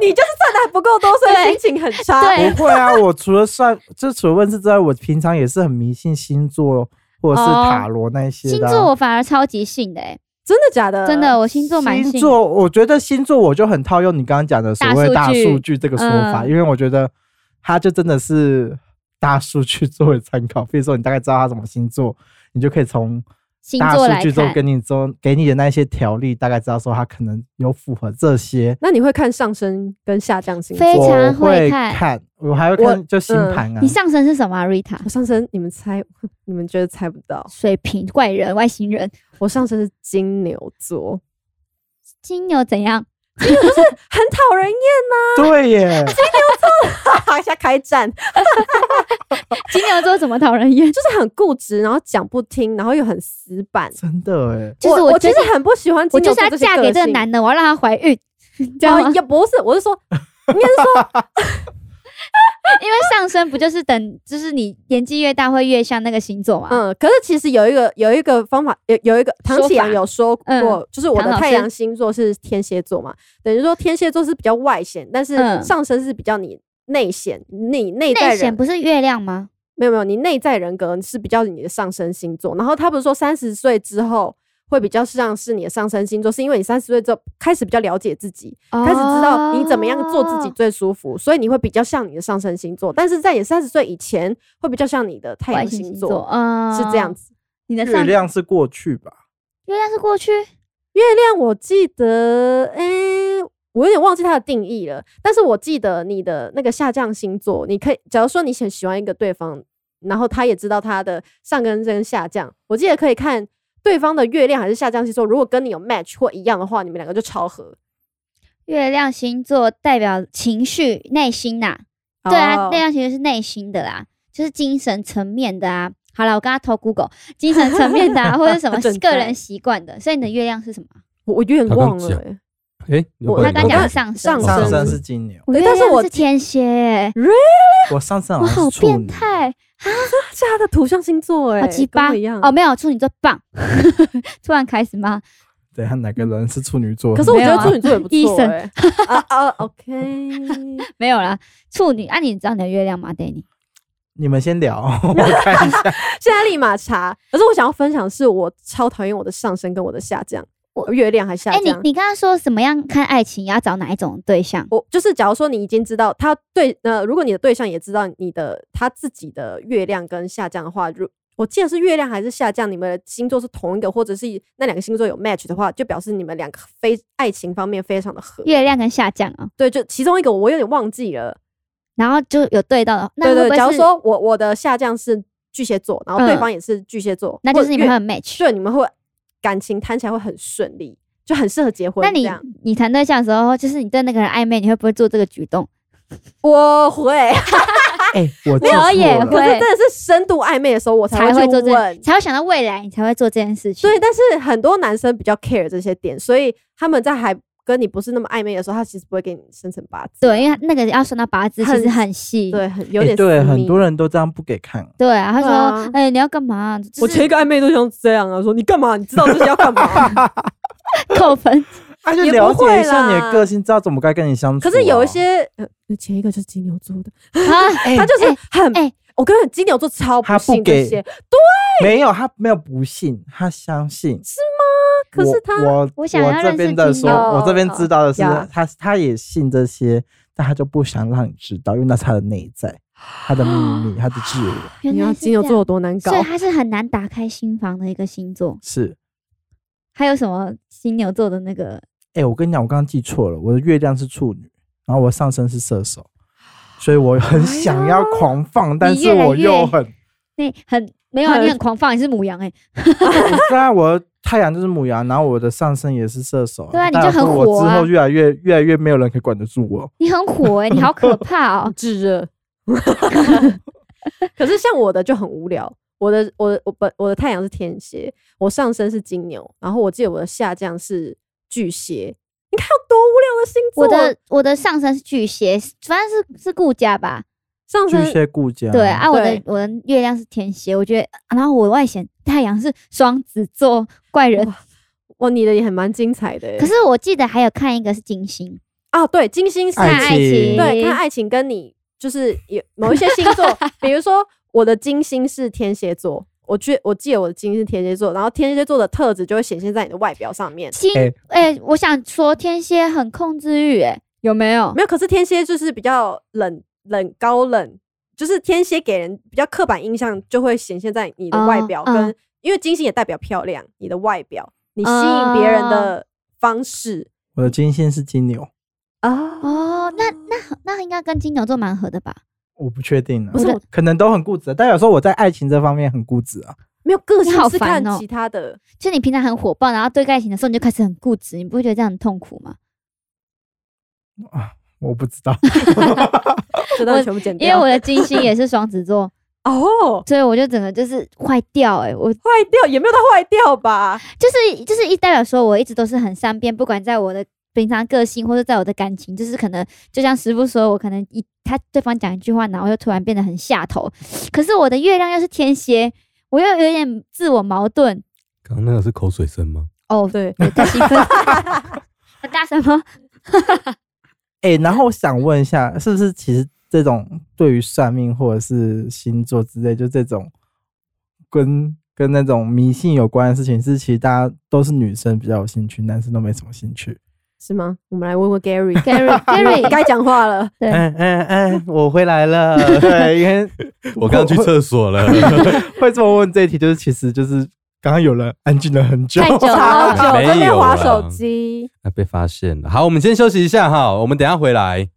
Speaker 4: 你就是算的还不够多，所以
Speaker 1: 对
Speaker 4: 心情很差。哦
Speaker 1: 对
Speaker 2: 不会啊，我除了算，就除了问事之外，我平常也是很迷信星座或者是
Speaker 1: 哦
Speaker 2: 塔罗那些
Speaker 1: 星
Speaker 2: 的啊、
Speaker 1: 座我反而超级信的、欸，
Speaker 4: 真的假的？
Speaker 1: 真的，我星座蛮信
Speaker 2: 星
Speaker 1: 的。
Speaker 2: 座，我觉得星座我就很套用你刚刚讲的所谓
Speaker 1: 大
Speaker 2: 大
Speaker 1: 数据
Speaker 2: 数据这个说法，
Speaker 1: 嗯
Speaker 2: 因为我觉得它就真的是大数据作为参考。比如说，你大概知道他什么星座，你就可以从
Speaker 1: 星
Speaker 2: 大
Speaker 1: 座来
Speaker 2: 数据中
Speaker 1: 看，
Speaker 2: 跟你中给你的那些条例，大概知道说他可能有符合这些。
Speaker 4: 那你会看上升跟下降星座？
Speaker 1: 非
Speaker 2: 我
Speaker 1: 常
Speaker 2: 会
Speaker 1: 会看。
Speaker 2: 看，我还会
Speaker 4: 我
Speaker 2: 看就星盘啊
Speaker 1: 你。上神是什么、啊、？Rita
Speaker 4: 我上升，你们猜，你们觉得猜不到？
Speaker 1: 水瓶、怪人、外星人、
Speaker 4: 我上升是金牛座，
Speaker 1: 金牛怎样？
Speaker 4: 很讨人厌
Speaker 2: 对 耶，
Speaker 4: 啊！ 一下开战，就
Speaker 1: 金牛座怎么讨 人厌？
Speaker 4: 是很固执，然后讲不听，然后又很死板。
Speaker 2: 真的哎。
Speaker 1: 就是
Speaker 4: 我
Speaker 1: 我
Speaker 4: 其
Speaker 1: 就
Speaker 4: 实
Speaker 1: 是
Speaker 4: 很不喜欢
Speaker 1: 我
Speaker 4: 金
Speaker 1: 就
Speaker 4: 牛
Speaker 1: 是
Speaker 4: 座
Speaker 1: 要嫁
Speaker 4: 这
Speaker 1: 给这个
Speaker 4: 性
Speaker 1: 男的，我要让他怀孕， 这样吗
Speaker 4: 哦，？也不是，我是说，应该是说
Speaker 1: 因为上升不就是等，就是你年纪越大会越像那个星座嘛？
Speaker 4: 嗯，可是其实有一个有一个方法，有有一个唐
Speaker 1: 说
Speaker 4: 启阳
Speaker 1: 法
Speaker 4: 有说过，
Speaker 1: 嗯
Speaker 4: 就是我的
Speaker 1: 唐老
Speaker 4: 太
Speaker 1: 师
Speaker 4: 阳星座是天蝎座嘛，等于说天蝎座是比较外显，但是
Speaker 1: 嗯
Speaker 4: 上升是比较你内显，你内在
Speaker 1: 内显
Speaker 4: 人
Speaker 1: 不是月亮吗？
Speaker 4: 没有没有，你内在人格是比较你的上升星座。然后他不是说三十岁之后会比较像是你的上升星座，是因为你三十岁之后开始比较了解自己，开始知道你怎么样做自己
Speaker 1: 哦
Speaker 4: 最舒服，所以你会比较像你的上升星座。但是在你三十岁以前，会比较像你的太
Speaker 1: 外
Speaker 4: 阳
Speaker 1: 星
Speaker 4: 星
Speaker 1: 座
Speaker 4: 座，，
Speaker 1: 嗯，
Speaker 4: 是这样。子。
Speaker 1: 你的
Speaker 2: 月
Speaker 1: 上
Speaker 2: 亮是过去吧？
Speaker 1: 月亮是过去，
Speaker 4: 月亮，我记得，诶、我有点忘记它的定义了，但是我记得你的那个下降星座，你可以，假如说你很喜欢一个对方，然后他也知道他的上跟跟下降，我记得可以看对方的月亮还是下降星座，如果跟你有 match 或一样的话，你们两个就超合。
Speaker 1: 月亮星座代表情绪、内心呐、对啊，
Speaker 4: 哦
Speaker 1: 月亮星座是内心的啦，就是精神层面的啊。好了，我刚刚偷 Google 精神层面的、 啊，或者什么
Speaker 4: 正在
Speaker 1: 个人习惯的。所以你的月亮是什么？
Speaker 4: 我我有点
Speaker 3: 他刚
Speaker 4: 忘了、
Speaker 3: 讲
Speaker 4: 欸，
Speaker 3: 哎，
Speaker 4: 我
Speaker 3: 不
Speaker 1: 他
Speaker 3: 然
Speaker 1: 刚
Speaker 3: 你
Speaker 1: 讲
Speaker 3: 看
Speaker 1: 的上
Speaker 4: 上
Speaker 1: 升，
Speaker 4: 升
Speaker 2: 上升是金牛，
Speaker 1: 我
Speaker 4: 诶
Speaker 1: 月
Speaker 4: 但是
Speaker 1: 亮
Speaker 4: 我
Speaker 1: 是天蝎、欸，
Speaker 2: 我上升
Speaker 1: 我
Speaker 2: 好像
Speaker 1: 好
Speaker 2: 是处
Speaker 1: 变
Speaker 2: 女。
Speaker 1: 态，
Speaker 4: 是他的土象星座、欸，
Speaker 1: 好鸡
Speaker 4: 跟
Speaker 1: 巴
Speaker 4: 我一样。
Speaker 1: 哦，没有处女座棒， 突然开始吗？
Speaker 2: 等一下哪个人是处女座？
Speaker 4: 可是我觉
Speaker 1: 没
Speaker 4: 得
Speaker 1: 有啊
Speaker 4: 处女座也不
Speaker 1: 医
Speaker 4: 错、
Speaker 1: 生
Speaker 4: 欸，啊啊，OK，
Speaker 1: 没有啦，处女啊，你知道你的月亮吗，Danny？
Speaker 2: 你们先聊，我看一下。
Speaker 4: 现在立马查。可是我想要分享的是，我超讨厌我的上升跟我的下降，我月亮还下
Speaker 1: 哎、你
Speaker 4: 降。
Speaker 1: 你刚刚说怎么样看爱情，要找哪一种对象？
Speaker 4: 我就是，假如说你已经知道他对，呃，如果你的对象也知道你的他自己的月亮跟下降的话，如我记得是月亮还是下降，你们的星座是同一个，或者是那两个星座有 match 的话，就表示你们两个非爱情方面非常的合。
Speaker 1: 月亮跟下降啊、
Speaker 4: 对，就其中一个我有点忘记了。
Speaker 1: 然后就有对到的，那
Speaker 4: 对
Speaker 1: 会
Speaker 4: 对
Speaker 1: 不会
Speaker 4: 假如
Speaker 1: 嗯是，
Speaker 4: 说我我的下降是巨蟹座，然后对
Speaker 1: 嗯
Speaker 4: 方也是巨蟹座，
Speaker 1: 那就是你们会
Speaker 4: 会
Speaker 1: 很 match。
Speaker 4: 顺，你们会感情谈起来会很顺利，就很适合结婚。
Speaker 1: 那
Speaker 4: 这
Speaker 1: 你
Speaker 4: 样
Speaker 1: 你谈对象的时候，就是你对那个人暧昧，你会不会做这个举动？
Speaker 4: 我会，
Speaker 2: 哎、我记
Speaker 1: 没有
Speaker 2: 错
Speaker 1: 也
Speaker 2: 了
Speaker 1: 会
Speaker 4: 可是真的是深度暧昧的时候，我
Speaker 1: 才
Speaker 4: 会
Speaker 1: 会
Speaker 4: 去
Speaker 1: 做这
Speaker 4: 问。
Speaker 1: 才会想到未来，你才会做这件事情。
Speaker 4: 对，，但是很多男生比较 care 这些点，所以他们在还跟你不是那么暧昧的时候，他其实不会给你生辰八字。
Speaker 1: 对，因为那个要算到八字，其
Speaker 4: 很
Speaker 1: 实很细。
Speaker 4: 对，很有
Speaker 2: 哎
Speaker 4: 点、
Speaker 2: 对，很多。人都这样不给看。
Speaker 1: 对啊，他
Speaker 4: 对
Speaker 1: 说
Speaker 4: 啊：“
Speaker 1: 哎、你要干嘛？”就
Speaker 4: 我前
Speaker 1: 是
Speaker 4: 一个暧昧对象是这样啊，说你干嘛？你知道这是要 干嘛？
Speaker 1: 扣分。
Speaker 2: 啊，就
Speaker 4: 也不
Speaker 2: 了解
Speaker 4: 会
Speaker 2: 一下你
Speaker 4: 啦
Speaker 2: 的个性，知道怎么该跟你相处、啊
Speaker 4: 可是有一，些，呃前一个就是金牛座的，
Speaker 1: 啊，
Speaker 4: 他就是很，
Speaker 1: 哎
Speaker 4: 我跟你讲金牛座超
Speaker 2: 他
Speaker 4: 不
Speaker 2: 不
Speaker 4: 信这
Speaker 2: 给
Speaker 4: 些，
Speaker 2: 没有他没有不信，他相信是吗
Speaker 4: 可是他
Speaker 2: 我
Speaker 1: 我想要
Speaker 2: 我这边的
Speaker 1: 认识
Speaker 2: 说，
Speaker 1: 金哦
Speaker 4: 牛
Speaker 2: 我这边知道的是
Speaker 4: 呀，
Speaker 2: 他他也信这些，但他就不想让你知道，因为那是他的内在，他的秘密，他的自我。
Speaker 1: 原
Speaker 4: 你
Speaker 1: 来
Speaker 4: 要
Speaker 1: 是
Speaker 4: 金牛
Speaker 1: 这
Speaker 4: 座
Speaker 1: 样
Speaker 4: 有多难搞
Speaker 1: 所以？他是很难打开心房的一个星座。
Speaker 2: 是，
Speaker 1: 还有什么金牛座的那个？
Speaker 2: 哎、我跟你讲，我刚刚记错了，我的月亮是处女，然后我上身是射手，所以我很想要狂放，但
Speaker 1: 哎你
Speaker 2: 是
Speaker 1: 越来
Speaker 2: 我
Speaker 1: 越
Speaker 2: 又很
Speaker 1: 那很没有啊，你很狂放，你是母羊哎、
Speaker 2: 虽然我太阳就是母羊，然后我的上升也是射手，
Speaker 1: 对啊你就
Speaker 2: 但
Speaker 1: 很
Speaker 2: 是我
Speaker 1: 火
Speaker 2: 之
Speaker 1: 啊
Speaker 2: 后越来越越来越没有人可以管得住我。
Speaker 1: 你很火哎、你好可怕 哦、
Speaker 4: 炙热。可是像我的就很无聊，我的我的我本我的太阳是天蝎，我上升是金牛，然后我记得我的下降是巨蟹。你看有多无聊的星座，
Speaker 1: 我的我的上身是巨蟹，反正是是顾家吧。
Speaker 4: 上
Speaker 2: 巨
Speaker 4: 升
Speaker 2: 蟹顾家，
Speaker 1: 对啊，我的
Speaker 4: 对
Speaker 1: 我的月亮是天蝎，我觉得，啊然后我外显太阳是双子座，怪人。
Speaker 4: 哇，你的也很蛮精彩的欸。
Speaker 1: 可是我记得还有看一个是金星，
Speaker 4: 啊，对，金星是
Speaker 1: 看
Speaker 2: 爱
Speaker 1: 爱
Speaker 2: 情
Speaker 1: 情，
Speaker 4: 对，看爱情跟你就是有某一些星座，比如说我的金星是天蝎座，我觉我记得我的金星是天蝎座，然后天蝎座的特质就会显现在你的外表上面。
Speaker 1: 金
Speaker 2: 哎
Speaker 1: 哎、我想说天蝎很控制欲、哎，有没有？
Speaker 4: 没有，可是天蝎就是比较冷冷高冷，就是天蝎给人比较刻板印象，就会显现在你的外
Speaker 1: 哦
Speaker 4: 表
Speaker 1: 嗯
Speaker 4: 跟，因为金星也代表漂亮，你的外表，你吸引别人
Speaker 1: 哦
Speaker 4: 的方式
Speaker 2: 我的金星是金牛，
Speaker 4: 啊。
Speaker 1: 哦，那那那应该跟金牛座蛮合的吧？
Speaker 2: 我不确定啊
Speaker 4: 不，是
Speaker 1: 我的
Speaker 4: 我
Speaker 2: 可能都很固执，但有时候我在爱情这方面很固执啊。
Speaker 4: 没有个
Speaker 1: 你
Speaker 4: 性
Speaker 1: 好
Speaker 4: 是看
Speaker 1: 烦哦
Speaker 4: 其他的，
Speaker 1: 就你平常很火爆，然后对爱情的时候你就开始很固执，你不会觉得这样很痛苦吗？
Speaker 2: 我不知道，
Speaker 4: 这 段
Speaker 1: 我
Speaker 4: 全部剪
Speaker 1: 因为
Speaker 4: 掉。
Speaker 1: 我的金星也是双子座，
Speaker 4: 哦，
Speaker 1: 所以我就整个就是坏掉哎、我
Speaker 4: 坏掉也没有到坏掉吧？
Speaker 1: 就是就是一代表说我一直都是很善变，不管在我的平常个性或者在我的感情，就是可能就像师傅说，我可能一他对方讲一句话，然后又突然变得很下头。可是我的月亮又是天蝎，我又有点自我矛盾
Speaker 3: 刚刚那个是口水声吗？
Speaker 1: 哦，
Speaker 4: 对，
Speaker 1: 太兴奋，很大声吗？
Speaker 2: 哎、然后我想问一下，是不是其实这种对于算命或者是星座之类，就这种跟跟那种迷信有关的事情，是其实大家都是女生比较有兴趣，男生都没什么兴趣。
Speaker 4: 是吗？我们来问问 Gary。
Speaker 1: Gary Gary，
Speaker 4: 该讲 话了，
Speaker 1: 对
Speaker 2: 嗯嗯嗯，我回来 了。对，因为
Speaker 3: 我刚刚去厕所 了，
Speaker 2: 会这么问这一题，就是其实就是刚刚有人安静了很久，
Speaker 1: 太久
Speaker 4: 好
Speaker 1: 了
Speaker 4: 久
Speaker 3: 没
Speaker 4: 在那边
Speaker 3: 有
Speaker 4: 划
Speaker 3: 啦
Speaker 4: 手机。
Speaker 3: 啊被发现了。好，我们先休息一下哈，我们等一下回来。